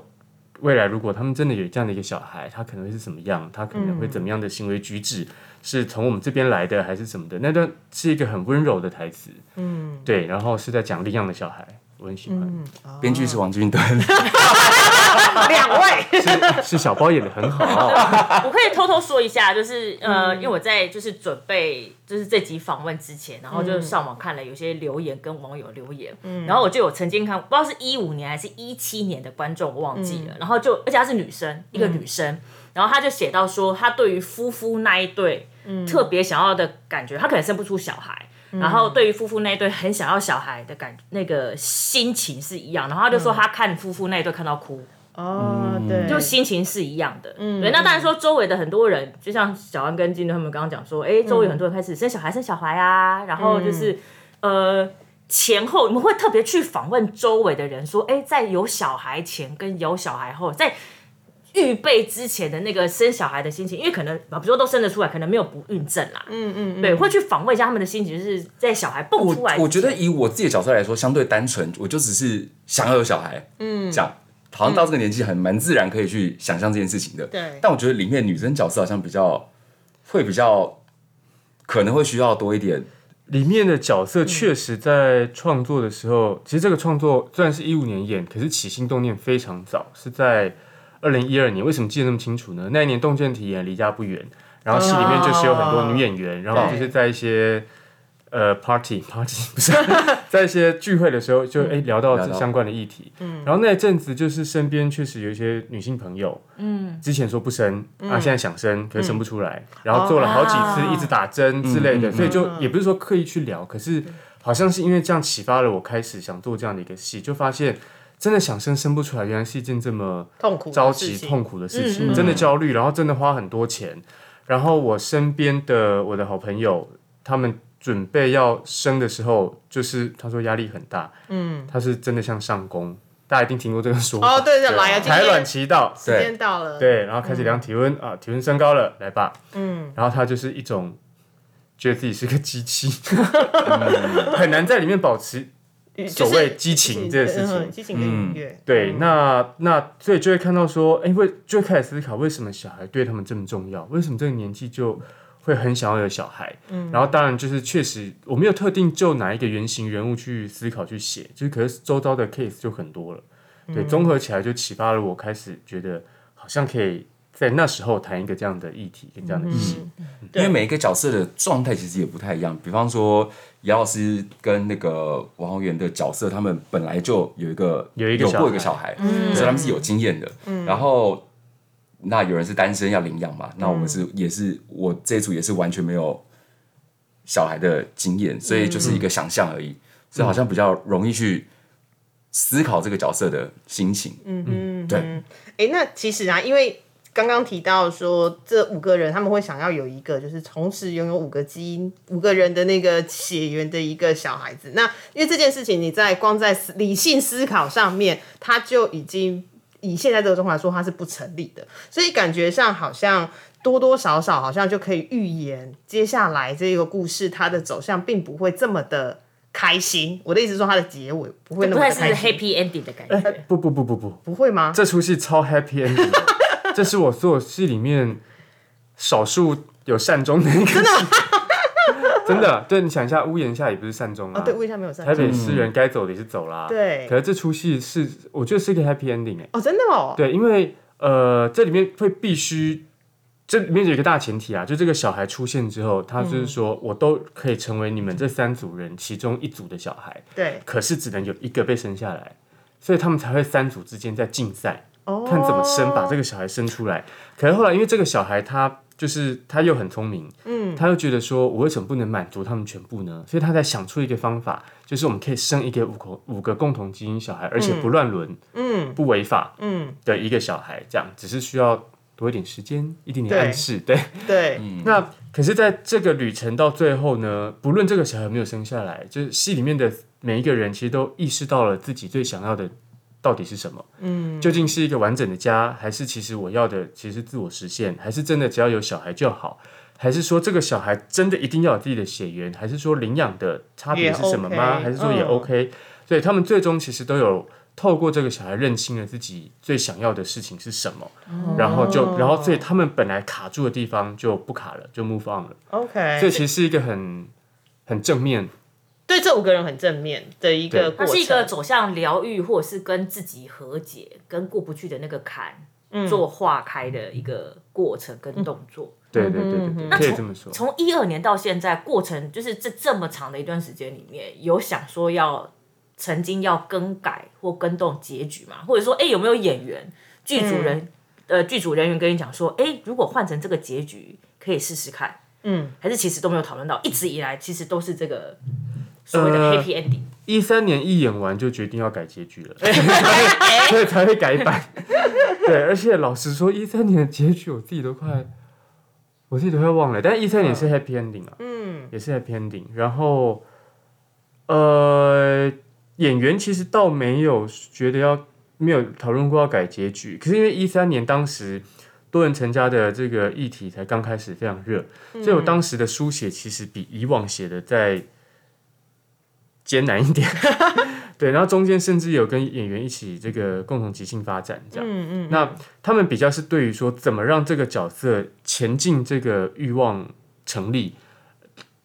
S3: 未来，如果他们真的有这样的一个小孩，他可能会是什么样，他可能会怎么样的行为举止，是从我们这边来的还是什么的？那段是一个很温柔的台词，嗯，对，然后是在讲领养的小孩，我很喜欢，
S1: 哦
S4: 编剧是王俊登，
S1: 哎
S2: 两位
S3: 是 是小包演的很好，
S1: 我可以偷偷说一下，就是呃，因为我在就是准备就是这集访问之前，然后就上网看了有些留言跟网友留言，然后我就有曾经看，不知道是一五年还是一七年的观众，我忘记了，然后就而且她是女生，一个女生，然后她就写到说，她对于夫妇那一对，特别想要的感觉，她可能生不出小孩。然后对于夫妇那一对很想要小孩的感那个心情是一样，然后她就说她看夫妇那一对看到哭，
S2: 哦，对，
S1: 就心情是一样的。嗯，对。那当然说，周围的很多人，就像小安跟金他们刚刚讲说，哎、周围很多人开始生小孩、生小孩啊，然后就是、呃。前后，你们会特别去访问周围的人，说：“哎、在有小孩前跟有小孩后，在预备之前的那个生小孩的心情，因为可能，比如说都生得出来，可能没有不孕症啦，嗯嗯对，会去访问一下他们的心情，就是在小孩蹦出来
S4: 我我
S1: 之
S4: 觉得
S1: 前
S4: 以我自己的角色来说，相对单纯，我就只是想要有小孩，嗯，这样好像到这个年纪很蛮自然可以去想象这件事情的。
S2: 对
S4: 但我觉得里面女生角色好像比较会比较可能会需要多一点，
S3: 里面的角色确实在创作的时候，其实这个创作虽然是一五年演，可是起心动念非常早，是在二零一二年。为什么记得那么清楚呢？那一年洞见体演离家不远，然后戏里面就是有很多女演员，然后就是在一些呃 party party 不是在一些聚会的时候就哎、聊到
S4: 聊
S3: 这
S4: 到
S3: 相关的议题，然后那一阵子就是身边确实有一些女性朋友，嗯，之前说不生
S2: 嗯
S3: 啊，现在想生，可是生不出来，然后做了好几
S1: 哦
S3: 次一直打针之类
S2: 嗯
S3: 的，所以就也不是说刻意去聊，可是好像是因为这样启发了我开始想做这样的一个戏，就发现真的想生生不出来，原来是一件这么
S2: 痛苦的
S3: 着
S2: 事
S3: 急
S2: 情
S3: 痛苦的
S1: 嗯
S3: 事
S1: 嗯
S3: 情，
S1: 嗯
S3: 真的焦虑，然后真的花很多钱。然后我身边的我的好朋友，他们准备要生的时候，就是他说压力很大，嗯，他是真的像上弓，大家一定听过这个说法，
S2: 哦，对对，来啊，今
S3: 排卵
S2: 天
S3: 期到，
S2: 时间到了，，
S3: 对，然后开始量体温、啊，体温升高了，来吧，嗯，然后他就是一种觉得自己是个机器，很难在里面保持所谓激情这个事情
S2: 嗯，激情跟愉悦，
S3: 对，那那所以就会看到说，哎、为就会开始思考为什么小孩对他们这么重要，为什么这个年纪就会很想要有小孩？嗯，然后当然就是确实我没有特定就哪一个原型人物去思考去写，就是可是周遭的 case 就很多了，对，综合起来就启发了我开始觉得好像可以在那时候谈一个这样的议题跟这样的戏，
S4: 因为每一个角色的状态其实也不太一样。比方说姚老师跟那个王宏源的角色，他们本来就有一个
S3: 有一个小
S4: 过一个
S3: 孩嗯
S4: 小孩，所以他们是有经验的。然后那有人是单身要领养嘛，那我们是、也是我这一组也是完全没有小孩的经验，所以就是
S3: 嗯
S4: 一个想象而已，所以好像比较容易去思考这个角色的心情。嗯嗯，对，
S2: 哎，那其实啊，因为刚刚提到说这五个人他们会想要有一个就是同时拥有五个基因、五个人的那个血缘的一个小孩子。那因为这件事情，你在光在思理性思考上面，他就已经以现在这个状况来说，它是不成立的。所以感觉上好像多多少少好像就可以预言接下来这个故事它的走向，并不会这么的。开心，我的意思是说，它的结尾不会那
S1: 不
S2: 么
S1: 太
S2: 的
S1: 是
S2: 开心，
S1: happy ending 的感觉。
S3: 不不不不不，
S2: 不会吗？
S3: 这出戏超 happy ending，的这是我所有戏里面少数有善终的一个戏。真的真的，对你想一下，屋檐下嗯也不是善终
S2: 啊，
S3: 啊。
S2: 对，为啥没有上
S3: 台？北市人该走的也是走啦。
S2: 对
S3: 可是这出戏是，我觉得是一个 happy ending 哎、
S2: 哦，真的哦，
S3: 对，因为呃，这里面会必须，这里面有一个大前提啊，就这个小孩出现之后，他就是说、我都可以成为你们这三组人其中一组的小孩，
S2: 对，
S3: 可是只能有一个被生下来，所以他们才会三组之间在竞赛。
S2: 哦，
S3: 看怎么生，把这个小孩生出来。可是后来，因为这个小孩他就是他又很聪明，嗯，他又觉得说，我为什么不能满足他们全部呢？所以他才想出一个方法，就是我们可以生一个五口五个共同基因小孩，而且不乱伦，嗯，不违法，嗯的一个小孩，这样只是需要多一点时间，一点点暗示，对。
S2: 对，
S3: 那可是，在这个旅程到最后呢，不论这个小孩有没有生下来，就是戏里面的每一个人，其实都意识到了自己最想要的到底是什么。嗯，究竟是一个完整的家，还是其实我要的其实是自我实现，还是真的只要有小孩就好？还是说这个小孩真的一定要有自己的血缘？还是说领养的差别是什么吗？
S2: 也 OK，
S3: 还是说也
S2: 嗯
S3: OK？、所以他们最终其实都有透过这个小孩认清了自己最想要的事情是什么，然后就然后所以他们本来卡住的地方就不卡了，就 move on 了。所以
S2: OK，
S3: 其实是一个很很正面，
S2: 对这五个人很正面的一
S3: 对
S2: 个过
S1: 它
S2: 程，
S1: 是一个走向疗愈，或者是跟自己和解、跟过不去的那个坎、
S3: 嗯
S1: 做化开的一个过程跟动作。
S3: 对对对对
S1: 那
S3: 嗯对，可以
S1: 从
S3: 这么说。
S1: 从一二年到现在，过程就是这这么长的一段时间里面，有想说要曾经要更改或更动结局嘛？或者说，哎、有没有演员、剧组人、
S3: 嗯
S1: 呃剧组人员跟你讲说，哎、如果换成这个结局，可以试试看？嗯，还是其实都没有讨论到，一直以来其实都是这个所谓的
S3: 呃
S1: happy ending。
S3: 一三年一演完就决定要改结局了，所以才会改版。对，而且老实说，一三年的结局我自己都快，我自己都快忘了。但一三年是 happy ending 啊，
S2: 嗯，
S3: 也是 happy ending。然后，呃，演员其实倒没有觉得要没有讨论过要改结局，可是因为一三年当时多人成家的这个议题才刚开始非常热，所以我当时的书写其实比以往写的再艰难一点。 对，然后中间甚至有跟演员一起这个共同即兴发展这样。嗯嗯那他们比较是对于说怎么让这个角色前进这个欲望成立，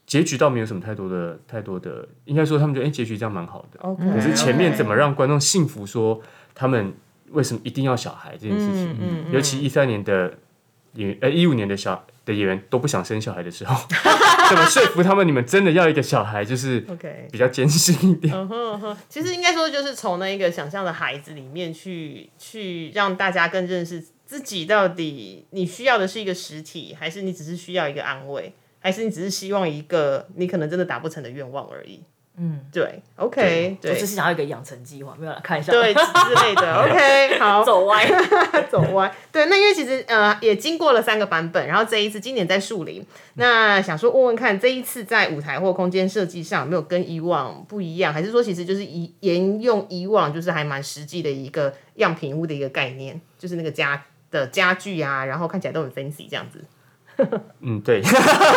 S3: 结局倒没有什么太多的太多的，应该说他们觉得哎、结局这样蛮好的。
S2: OK，
S3: 可是前面怎
S2: 么
S3: 么让观众信服说他们为什么一定要小孩这件事情？尤其一三年的演呃一五年的小的演员都不想生小孩的时候， 怎么说服他们你们真的要一个小孩？就是
S2: OK？
S3: 比较艰辛一点。
S2: 其实应该说，就是从那一个想象的孩子里面去去让大家更认识自己，到底你需要的是一个实体，还是你只是需要一个安慰，还是你只是希望一个你可能真的达不成的愿望而已。嗯，对，OK，
S1: 我
S2: 对
S1: 只是想要一个养成计划，没有啦，开玩笑。
S2: 对之 类的，OK，好，
S1: 走 歪。
S2: 走歪。对，那因为其实呃也经过了三个版本，然后这一次今年在树林，那想说问问看，这一次在舞台或空间设计上有没有跟以往不一样，还是说其实就是以沿用以往就是还蛮实际的一个样品屋的一个概念，就是那个家的家具啊，然后看起来都很 fancy 这样子。
S3: 嗯，对。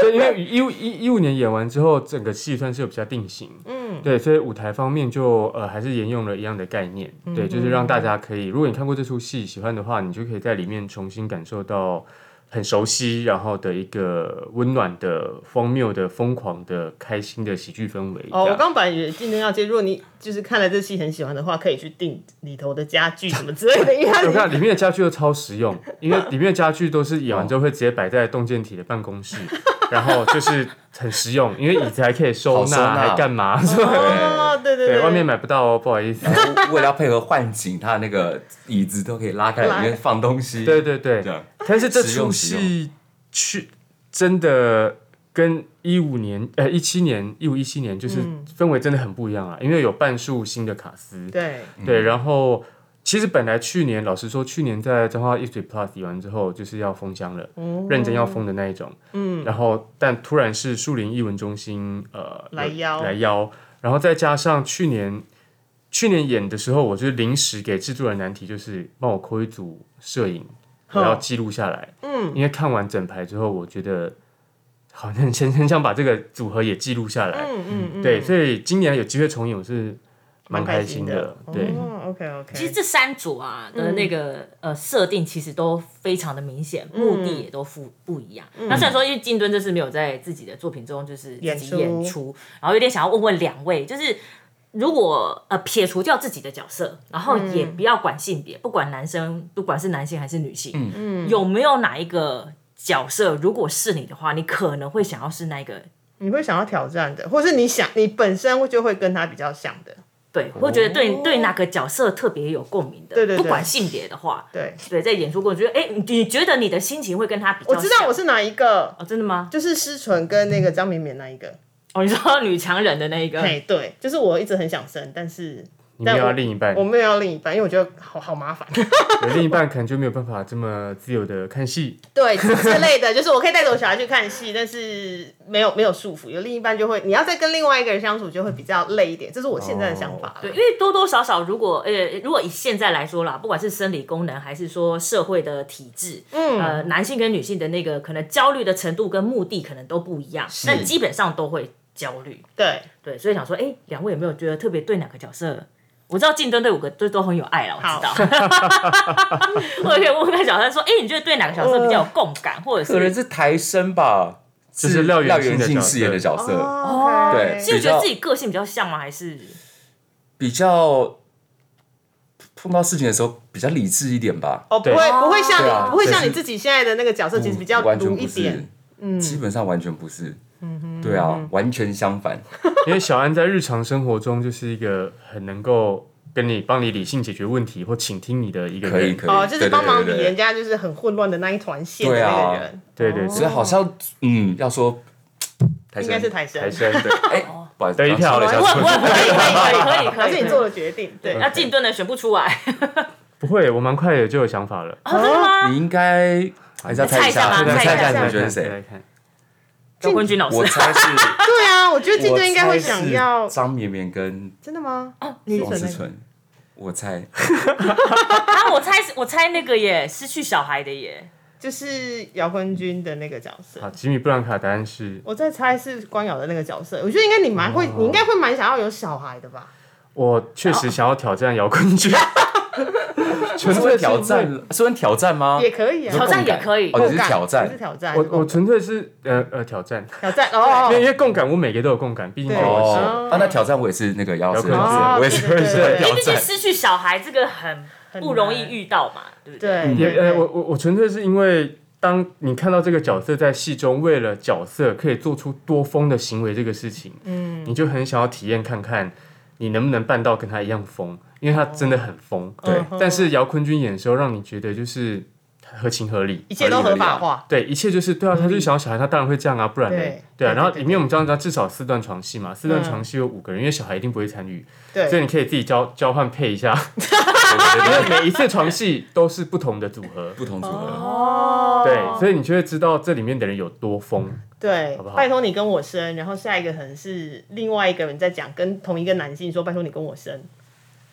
S3: 所以因为一五一一五年演完之后，整个戏算是有比较定型，嗯，对，所以舞台方面就呃还是沿用了一样的概念，对，就是让大家可以，如果你看过这出戏喜欢的话，你就可以在里面重新感受到很熟悉，然后的一个温暖的、荒谬的、疯狂的、开心的喜剧氛围。
S2: 哦，
S3: 这
S2: 我
S3: 样
S2: 刚本来也今天要接，如果你就是看了这戏很喜欢的话，可以去订里头的家具什么之类的，因为 它
S3: 我
S2: 是
S3: 看里面的家具都超实用，因为里面的家具都是演完之后会直接摆在洞见体的办公 室，然后就是很实用，因为椅子还可以收
S4: 好收
S3: 纳，
S4: 纳
S3: 还干嘛？对
S2: 哦，对对
S3: 对，外面买不到哦，不好意思。
S4: 然后为了要配合换景，他的那个椅子都可以拉开，
S2: 拉
S4: 里面放东西。
S3: 对对对
S4: 这，样
S3: 但是这
S4: 实
S3: 出
S4: 用实
S3: 戏去真的跟一五年、呃一七年、一五一七年就是氛围真的很不一样啊，因为有半数新的卡司，
S2: 对，
S3: 对，然后其实本来去年，老实说，去年在彰化一水 Plus 演完之后，就是要封箱了，认真要封的那一种。哦嗯，然后但突然是树林艺文中心呃
S2: 来
S3: 有
S2: 邀
S3: 来邀，然后再加上去年去年演的时候，我就临时给制作人难题，就是帮我抠一组摄影，我要记录下来。嗯，因为看完整排之后，我觉得。好像很很想把 这个组合也记录下来，
S2: 嗯嗯嗯，
S3: 对，所以今年有机会重演，我是蛮开心的，
S2: 蛮开
S3: 对。
S2: 哦，OK OK，
S1: 其实这三组啊的那个、呃设定其实都非常的明显，目的也都不不一样。那虽然说，因为金敦这次没有在自己的作品中就是
S2: 演
S1: 自己
S2: 出
S1: 演出，然后有点想要问问两位，就是如果呃撇除掉自己的角色，然后也不要管性别，不管男生，不管是男性还是女性，嗯，有没有哪一个角色，如果是你的话，你可能会想要是那个
S2: 你会想要挑战的，或是你想你本身就会跟他比较像的，
S1: 对，会觉得对、对哪个角色特别有共鸣的，
S2: 哦对对对
S1: 不管性别的话，
S2: 对，
S1: 对，在演出过程中，觉得哎，你你觉得你的心情会跟他比较
S2: 我
S1: 像？
S2: 知道我是哪一个，
S1: 哦，真的吗？
S2: 就是施纯跟那个张绵绵那一
S4: 嗯
S2: 个，
S1: 哦，你说 女强人的那一个，
S2: 哎，对，就是我一直很想生，但是
S3: 你
S2: 但
S3: 们要
S2: 我
S3: 另一半，
S2: 我
S3: 有
S2: 没有要另一半，因为我觉得好好 麻烦，
S3: 另一半可能就没有办法这么自由的看戏。
S2: 对之类的，就是我可以带着我小孩去看戏，但是没有没有束缚，有另一半就会你要再跟另外一个人相处就会比较累一点，这是我现在的想法。
S4: 哦
S1: 对，因为多多少少，如果呃，如果以现在来说啦，不管是生理功能还是说社会的体制，嗯，呃，男性跟女性的那个可能焦虑的程度跟目的可能都不一样，但基本上都会焦虑。
S2: 对，
S1: 对，所以想说，哎，两位有没有觉得特别对哪个角色？我知道竞争对五个对都很有爱啦，我知道。 我也可以问问看小三说，哎，你觉得对哪个角色比较有共感，或者
S4: 可能
S1: 是
S4: 是台生吧，就是
S3: 廖元庆的
S4: 元庆饰演的角色，
S2: 哦
S4: 对
S1: 是觉得自己个性比较像吗？还是
S4: 比较碰到事情的时候比较理智一点吧，
S2: 哦，不
S3: 对
S2: 会不会像
S4: 对啊
S2: 你不会像
S4: 对嗯
S2: 你自己现在的那个角色，其实比较
S4: 完全
S2: 毒一
S4: 不是
S2: 点。，嗯
S4: 基本上完全不是。对啊，完全相反。
S3: 因为小安在日常生活中就是一个很能够跟你帮你理性解决问题或倾听你的一个
S4: 可以
S3: 人。
S4: 可以，
S2: 哦，就是
S4: 对
S2: 帮忙理
S4: 对对对
S2: 人家就是很混乱的那一团线的
S4: 对啊
S2: 那个人，
S3: 对对
S4: 所以
S3: 对，
S4: 好像嗯，要说台
S2: 应
S4: 生
S2: 该是台神哦
S3: 台。生
S4: 对，哎，不不好意思，
S3: 得一票了
S1: 不
S3: 小
S1: 会
S3: 春
S1: 不会，可以可以可以可
S2: 还
S1: 以，
S2: 是你做了决定，
S4: 嗯
S2: 对啊
S1: 对，，那进盾的选不出来，
S3: 不会，我蛮快的就有想法了。
S1: 哦，真的吗？
S4: 你应该还是要猜一
S1: 猜一下吧
S4: 下，
S1: 对
S4: 你
S1: 猜一
S4: 猜
S1: 下
S4: 一下，你觉得
S3: 看
S4: 是谁？？
S3: 看
S1: 周坤君老师
S4: 我，猜是，
S2: 对啊，我觉得金
S4: 我
S2: 正应该会
S4: 猜
S2: 想
S4: 是
S2: 要，
S4: 张绵绵跟
S2: 真的吗？
S4: 王思
S2: 那个
S4: 纯，我猜
S1: 啊，我猜我猜那个耶，失去小孩的耶，
S2: 就是姚坤君的那个角色，
S3: 好，吉米布朗卡答案是
S2: 我在猜是光瑶的那个角色，我觉得应该你蛮会，
S4: 哦
S2: 你应该会蛮想要有小孩的吧？
S3: 我确
S2: 哦
S3: 实想要挑战摇滚 剧，纯
S4: 是
S3: 粹
S4: 挑
S3: 是为
S4: 战，是问挑战吗？
S2: 也可以啊，
S1: 挑战也可以
S4: 哦，你是挑
S2: 你是
S4: 战，
S2: 挑战，
S3: 我我纯粹是呃呃挑战，
S2: 挑战哦，
S3: 因为因为共感，我每个都有共感，毕竟
S2: 对
S3: 是我
S2: 是
S3: 写的
S4: 哦，啊那挑战我也是那个姚老师
S3: 姚坤
S2: 老师
S4: 我也是
S2: 哦对
S4: 我
S2: 对
S4: 也
S2: 对
S4: 是
S2: 对
S1: 因为
S4: 挑
S1: 毕竟
S4: 战，
S1: 失去小孩这个很
S2: 很
S1: 不容易
S2: 难
S1: 遇到嘛，对不对？
S2: 对，
S3: 也
S2: 对
S3: 呃
S2: 对
S3: 我我我纯粹是因为当你看到这个角色在戏中为了角色可以做出多疯的行为这个事情，
S2: 嗯，
S3: 你就很想要体验看看你能不能办到跟他一样疯，因
S2: 哦
S3: 为他真的很疯。
S4: 对
S2: 嗯哼
S3: 但是姚坤君演的时候，让你觉得就是合情合理。
S2: 一切都合法化，
S3: 对，一切就是对啊，他就是想要小孩，他当然会这样啊，不然呢
S2: 嗯对？
S3: 对啊，
S2: 对
S3: 然后
S2: 对嗯
S3: 里面我们知道，至少四段床戏嘛，四段床戏有五个人，因为小孩一定不会参与，所以
S2: 对，
S3: 你可以自己交交换配一下， 因为每一次床戏都是不同的组合，
S4: 不同组合，
S2: 哦
S3: 对，所以你就会知道这里面的人有多疯。
S2: 对
S3: 好不，好
S2: 拜托你跟我生，然后下一个可能是另外一个人在讲，跟同一个男性说，拜托你跟我生，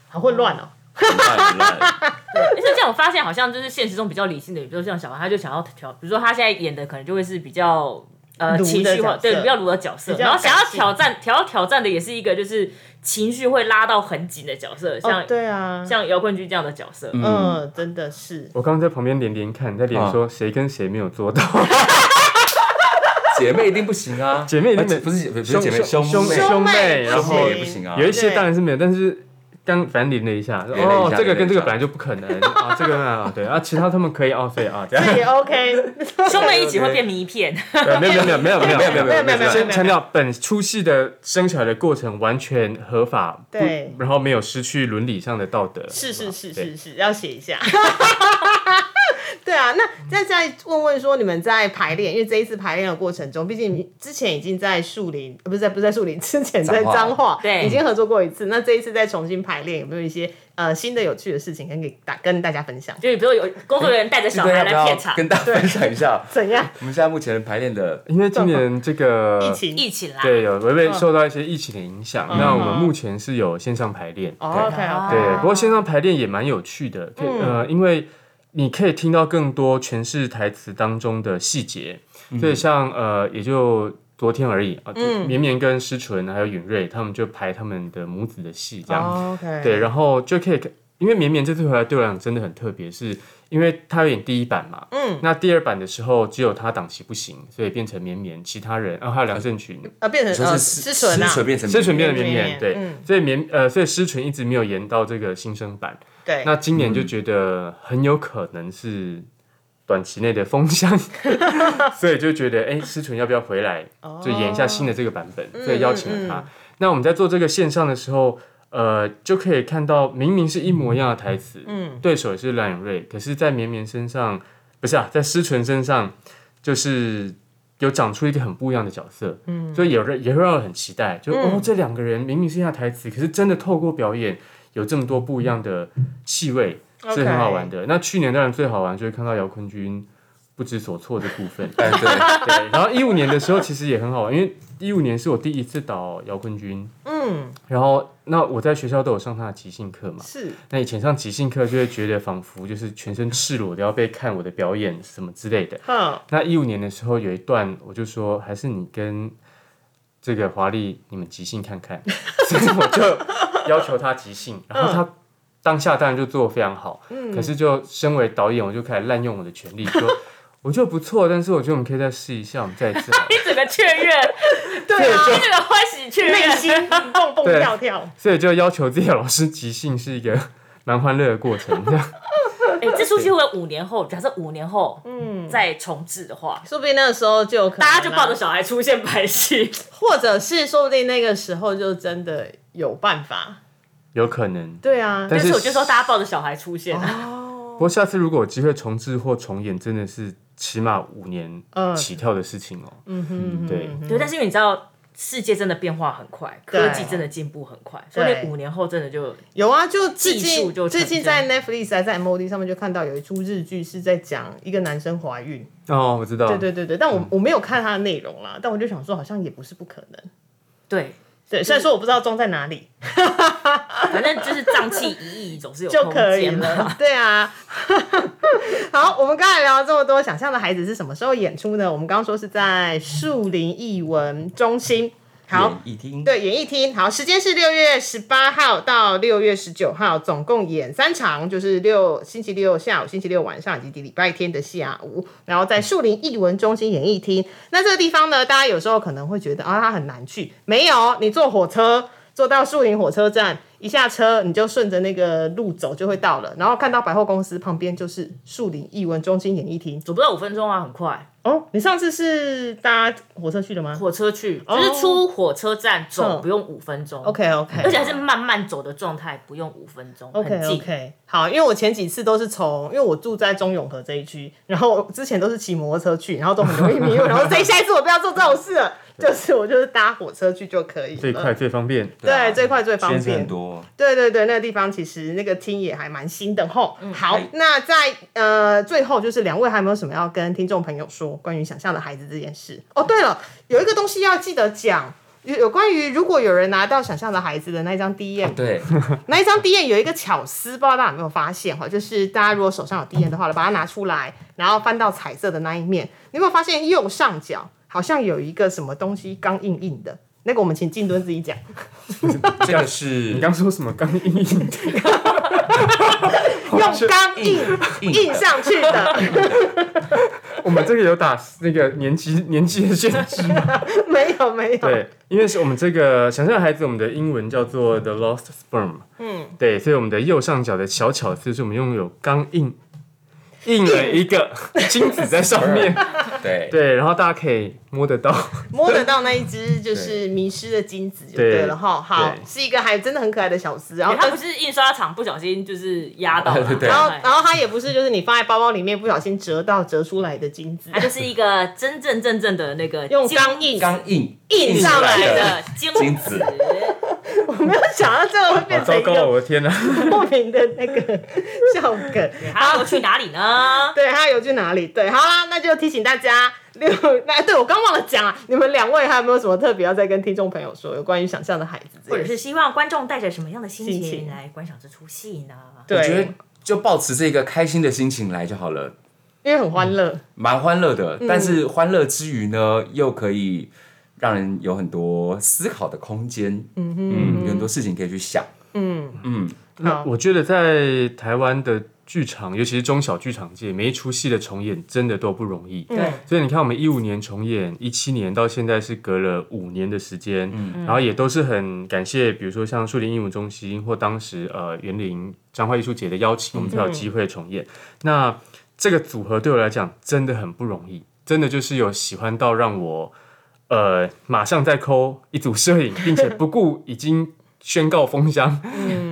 S2: 好混乱哦。
S4: 很烂很烂，
S1: 而且这样我发现，好像就是现实中比较理性的，比如说像小王，他就想要挑，比如说他现在演的可能就会是比较呃
S2: 鲁的
S1: 情绪化，
S2: 角色
S1: 对，比较鲁的角色，
S2: 比较
S1: 然后想要
S2: 感性
S1: 挑战，想要挑战的也是一个就是情绪会拉到很紧的角色，像、
S2: 哦，对啊，
S1: 像姚冠军这样的角色，
S4: 嗯，
S2: 嗯，真的是，
S3: 我刚刚在旁边连连看，在连
S4: 啊
S3: 说谁跟谁没有做 到，
S4: 姐妹一定不行啊，
S3: 姐妹一定没
S4: 啊不是不是姐妹
S3: 兄
S4: 兄妹，
S3: 兄妹，
S2: 妹
S3: 然
S4: 兄
S3: 后
S4: 妹也不行啊
S3: 有，一些当然是没有，但是刚反正连了一下，说
S4: 连了一
S3: 哦
S4: 下，
S3: 这个跟这
S4: 连了一
S3: 个
S4: 下
S3: 本来就不可能啊，这个啊，对啊，其他他们可以哦，所以啊，这样
S2: 这 也 OK，
S1: 兄妹一起会变迷片，
S3: 对没有没有没有没有没有没有
S4: 没有没有没有
S3: 先强调本出戏的生小孩的过程完全合法，不
S2: 对
S3: 然后没有失去伦理上的道德，
S2: 是是是
S3: 对
S2: 是是，要写一下。 对啊，那
S3: 嗯
S2: 再再问问说，你们在排练，因为这一次排练的过程中，毕竟你之前已经在树林，呃不是在不是在树林，之前在
S4: 彰化
S2: 彰化，
S1: 对
S2: 已经合作过一次。那这一次再重新排练，有没有一些呃新的有趣的事情跟给大跟大家分享？
S1: 就是比如说有工作人员带着
S4: 记
S1: 小
S4: 得
S1: 孩
S4: 要不
S1: 来
S4: 要
S1: 片场，
S4: 跟大家分享一下
S2: 怎样？
S4: 我们现在目前排练的
S3: 因为今年这个
S2: 疫情
S1: 一起来，
S3: 对，有微
S2: 嗯
S3: 微受到一些疫情的影响。那我们目前是有线上排练，
S2: 哦，OK 嗯
S1: 啊
S2: OK，
S3: 对，不过线上排练也蛮有趣的，可以呃，因为你可以听到更多诠释台词当中的细节，所以像呃，也就。昨天而已啊，就
S2: 嗯
S3: 绵绵跟诗纯还有允瑞，他们就排他们的母子的戏这样子。
S2: 哦，OK，
S3: 对，然后就可以看，因为绵绵这次回来对我来讲真的很特别，是因为他有演第一版嘛，嗯，那第二版的时候只有他档期不行，所以变成绵绵，其他人，啊，还有梁胜群，
S2: 呃，变成
S4: 就
S2: 呃
S4: 是
S2: 失
S4: 失
S2: 纯啊，
S4: 纯变成，
S3: 诗纯变成绵
S2: 绵
S3: 绵，
S2: 绵
S3: 对，
S2: 嗯
S3: 所以绵呃，所以诗纯一直没有演到这个新生版，
S2: 对，
S3: 那今年就觉得很有可能是。短期内的风 向，所以就觉得哎，诗纯要不要回来，
S2: 哦
S3: 就演一下新的这个版本，
S2: 嗯
S3: 所以邀请了他。那我们在做这个线上的时候，呃，就可以看到明明是一模一样的台词，
S2: 嗯，
S3: 对手也是蓝永瑞，可是，在绵绵身上不是啊，在思纯身上就是有长出一个很不一样的角色，嗯，所以有人也会让人很期待，就、
S2: 嗯
S3: 哦，这两个人明明是一样的台词，可是真的透过表演有这么多不一样的气味，
S2: OK
S3: 是很好玩的。那去年当然最好玩就是看到姚坤君不知所措的部 分
S4: 哎对，
S3: 对，然后一五年的时候其实也很好玩，因为一五年是我第一次导姚坤君，
S2: 嗯，
S3: 然后那我在学校都有上他的即兴课嘛，
S2: 是
S3: 那以前上即兴课就会觉得仿佛就是全身赤裸的要被看我的表演什么之类的。
S2: 哼，
S3: 那一五年的时候有一段，我就说还是你跟这个华丽你们即兴看 看，所以我就要求他即兴，然后他当下当然就做的非常好，可是就身为导演，我就开始滥用我的权利说。 我觉得不错，但是我觉得我们可以再试一下，我们再一次好了。
S1: 一整个确认，
S2: 对啊，
S1: 一整个欢喜确
S2: 内
S1: 认，
S2: 心蹦蹦
S3: 对
S2: 跳跳，
S3: 所以就要求自己的老师即兴是一个蛮欢乐的过程，这样。
S1: 哎，这出戏会不会五年后，假设五年后，嗯，再重置的话，
S2: 说不定那个时候就有可能
S1: 大家就
S2: 啊
S1: 抱着小孩出现拍戏。
S2: 或者是说不定那个时候就真的有办法。
S3: 有可能。
S2: 对啊，
S1: 但
S3: 但
S1: 是
S3: 是
S1: 我就说大家抱着小孩出现，啊
S2: 哦
S3: 不过下次如果有机会重置或重演，真的是起码五年
S2: 嗯
S3: 起跳的事情哦。嗯哼，对，
S1: 对，但是因为你知道世界真的变化很快，
S2: 对
S1: 科技真的进步很快，所以
S2: 对
S1: 五年后真的就
S2: 有啊，就最
S1: 技术
S2: 近
S1: 就成
S2: 最近在 Netflix 还在 MOD 上面就看到有一出日剧是在讲一个男生怀孕，
S3: 哦，我知道，
S2: 对对对对，但我我没有看它的内容啦，但我就想说好像也不是不可能，
S1: 对，
S2: 对，虽然说我不知道装在哪里
S1: 反正就是胀气一亿总是有
S2: 就
S1: 空
S2: 可以
S1: 间嘛。
S2: 了， 对啊。好，我们刚才聊了这么多，想象的孩子是什么时候演出呢？我们刚刚说是在树林艺文中心。好，
S4: 演艺厅，
S2: 对，演艺厅。好，时间是六月十八号到六月十九号，总共演三场，就是六星期六下午、星期六晚上以及礼拜天的下午，然后在树林艺文中心演艺厅。那这个地方呢，大家有时候可能会觉得啊，它很啊难去，没有，你坐火车。坐到树林火车站，一下车你就顺着那个路走就会到了，然后看到百货公司旁边就是树林艺文中心演艺厅。
S1: 走不到五分钟啊，很快。
S2: 哦，你上次是搭火车去的吗
S1: 火车去就是出火车站走
S2: 哦嗯
S1: 不用五分钟
S2: ？OK OK，
S1: 而且还是慢慢走的状态，不用五分钟
S2: OK
S1: 很近。
S2: OK，好，因为我前几次都是从，因为我住在中永和这一区，然后之前都是骑摩托车去，然后都很容易迷路，然后这下一次我不要做这种事了，就是我就是搭火车去就可以
S3: 最快
S2: 了。
S3: 最方便。
S2: 嗯对，最快最方
S4: 先生
S2: 便
S4: 很。多，
S2: 对对对，那个地方其实那个厅也还蛮新的吼。好，那在呃最后就是两位还有没有什么要跟听众朋友说关于想象的孩子这件事？哦，对了，有一个东西要记得讲，有有关于如果有人拿到想象的孩子的那一张 DM
S4: 对，
S2: 那一张 D N 有一个巧思，不知道大家有没有发现哈？就是大家如果手上有 D N 的话，把它拿出来，然后翻到彩色的那一面，你有没有发现右上角好像有一个什么东西刚硬硬的？那个我们请静敦自己讲，
S4: 这个
S3: 你
S4: 是
S3: 刚说什么？刚硬硬的，
S2: 用刚硬
S4: 硬
S2: 硬上去的，
S3: 我们这个有打那个年纪年纪的限制 吗？
S2: 没有没有，
S3: 对，因为是我们这个想象孩子，我们的英文叫做 The Lost Sperm。嗯，对，所以我们的右上角的小巧思是我们拥有钢印，印了一 个精子在上面。
S4: 对
S3: 对，然后大家可以摸得到。
S2: 摸得到那一只就是迷失的金子就对了哈。好，
S3: 对
S2: 是一个还真的很可爱的小思，然后
S1: 他不是印刷厂不小心就是压到了，
S4: 对对对
S2: 然后
S1: 哎
S2: 然后它也不是就是你放在包包里面不小心折到折出来的金子
S1: 它，就是一个真正正正的那个
S2: 用
S1: 精
S2: 刚硬
S4: 刚硬
S2: 硬上
S1: 出
S2: 来
S1: 来
S4: 的，
S1: 的精
S4: 精
S1: 子
S4: 子，
S2: 我没有想到这个会
S3: 好
S2: 变成
S3: 糟
S2: 一
S3: 糕
S2: 个
S3: 哦，我的天哪！
S2: 莫名的那个笑梗。
S1: 它要去哪里呢？
S2: 对，他有去哪里？对，好啦，那就提醒大家六那对我刚忘了讲啊，你们两位还有没有什么特别要再跟听众朋友说有关于想象的孩子这
S1: 或
S2: 件
S1: 者
S2: 事？
S1: 是希望观众带着什么样的心
S2: 心情
S1: 情来观赏这出戏呢？
S4: 我觉得
S2: 对，
S4: 就抱持这个开心的心情来就好了，
S2: 因为很欢乐，
S4: 蛮欢乐的。但是欢乐之余呢，又可以让人有很多思考的空间，嗯嗯，有很多事情可以去想，
S2: 嗯，
S4: 嗯，
S3: 那
S2: 好
S3: 我觉得在台湾的剧场，尤其是中小剧场界，每一出戏的重演真的都不容易。
S1: 对，
S3: 所以你看，我们一五年重演，一七年到现在是隔了五年的时间，然后也都是很感谢，比如说像树林艺文中心或当时呃园林彰化艺术节的邀请，我们才有机会重演。那这个组合对我来讲真的很不容易，真的就是有喜欢到让我呃马上再抠一组摄影，并且不顾已经宣告封箱，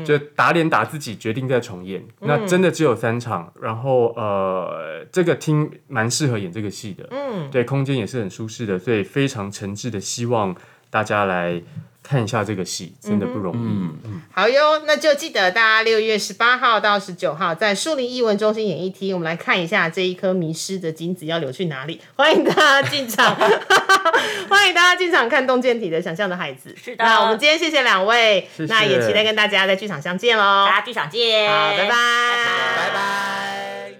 S3: 就打脸打自己，决定再重演。那真的只有三场，然后呃，这个厅蛮适合演这个戏的，嗯，对，空间也是很舒适的，所以非常诚挚的希望大家来看一下这个戏，真的不容易。
S2: 好哟，那就记得大家六月十八号到十九号在树林艺文中心演艺厅，我们来看一下这一颗迷失的金子要流去哪里。欢迎大家进 场，欢迎大家进场看洞见体的想象的孩子。
S1: 是的
S2: 那我们今天谢谢两位，
S3: 谢谢
S2: 那也期待跟大家在剧场相见喽。
S1: 大家剧场见，
S2: 好，拜拜，
S1: 拜
S2: 拜拜。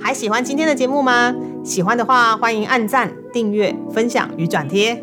S2: 还喜欢今天的节目吗？喜欢的话，欢迎按赞、订阅、分享与转贴。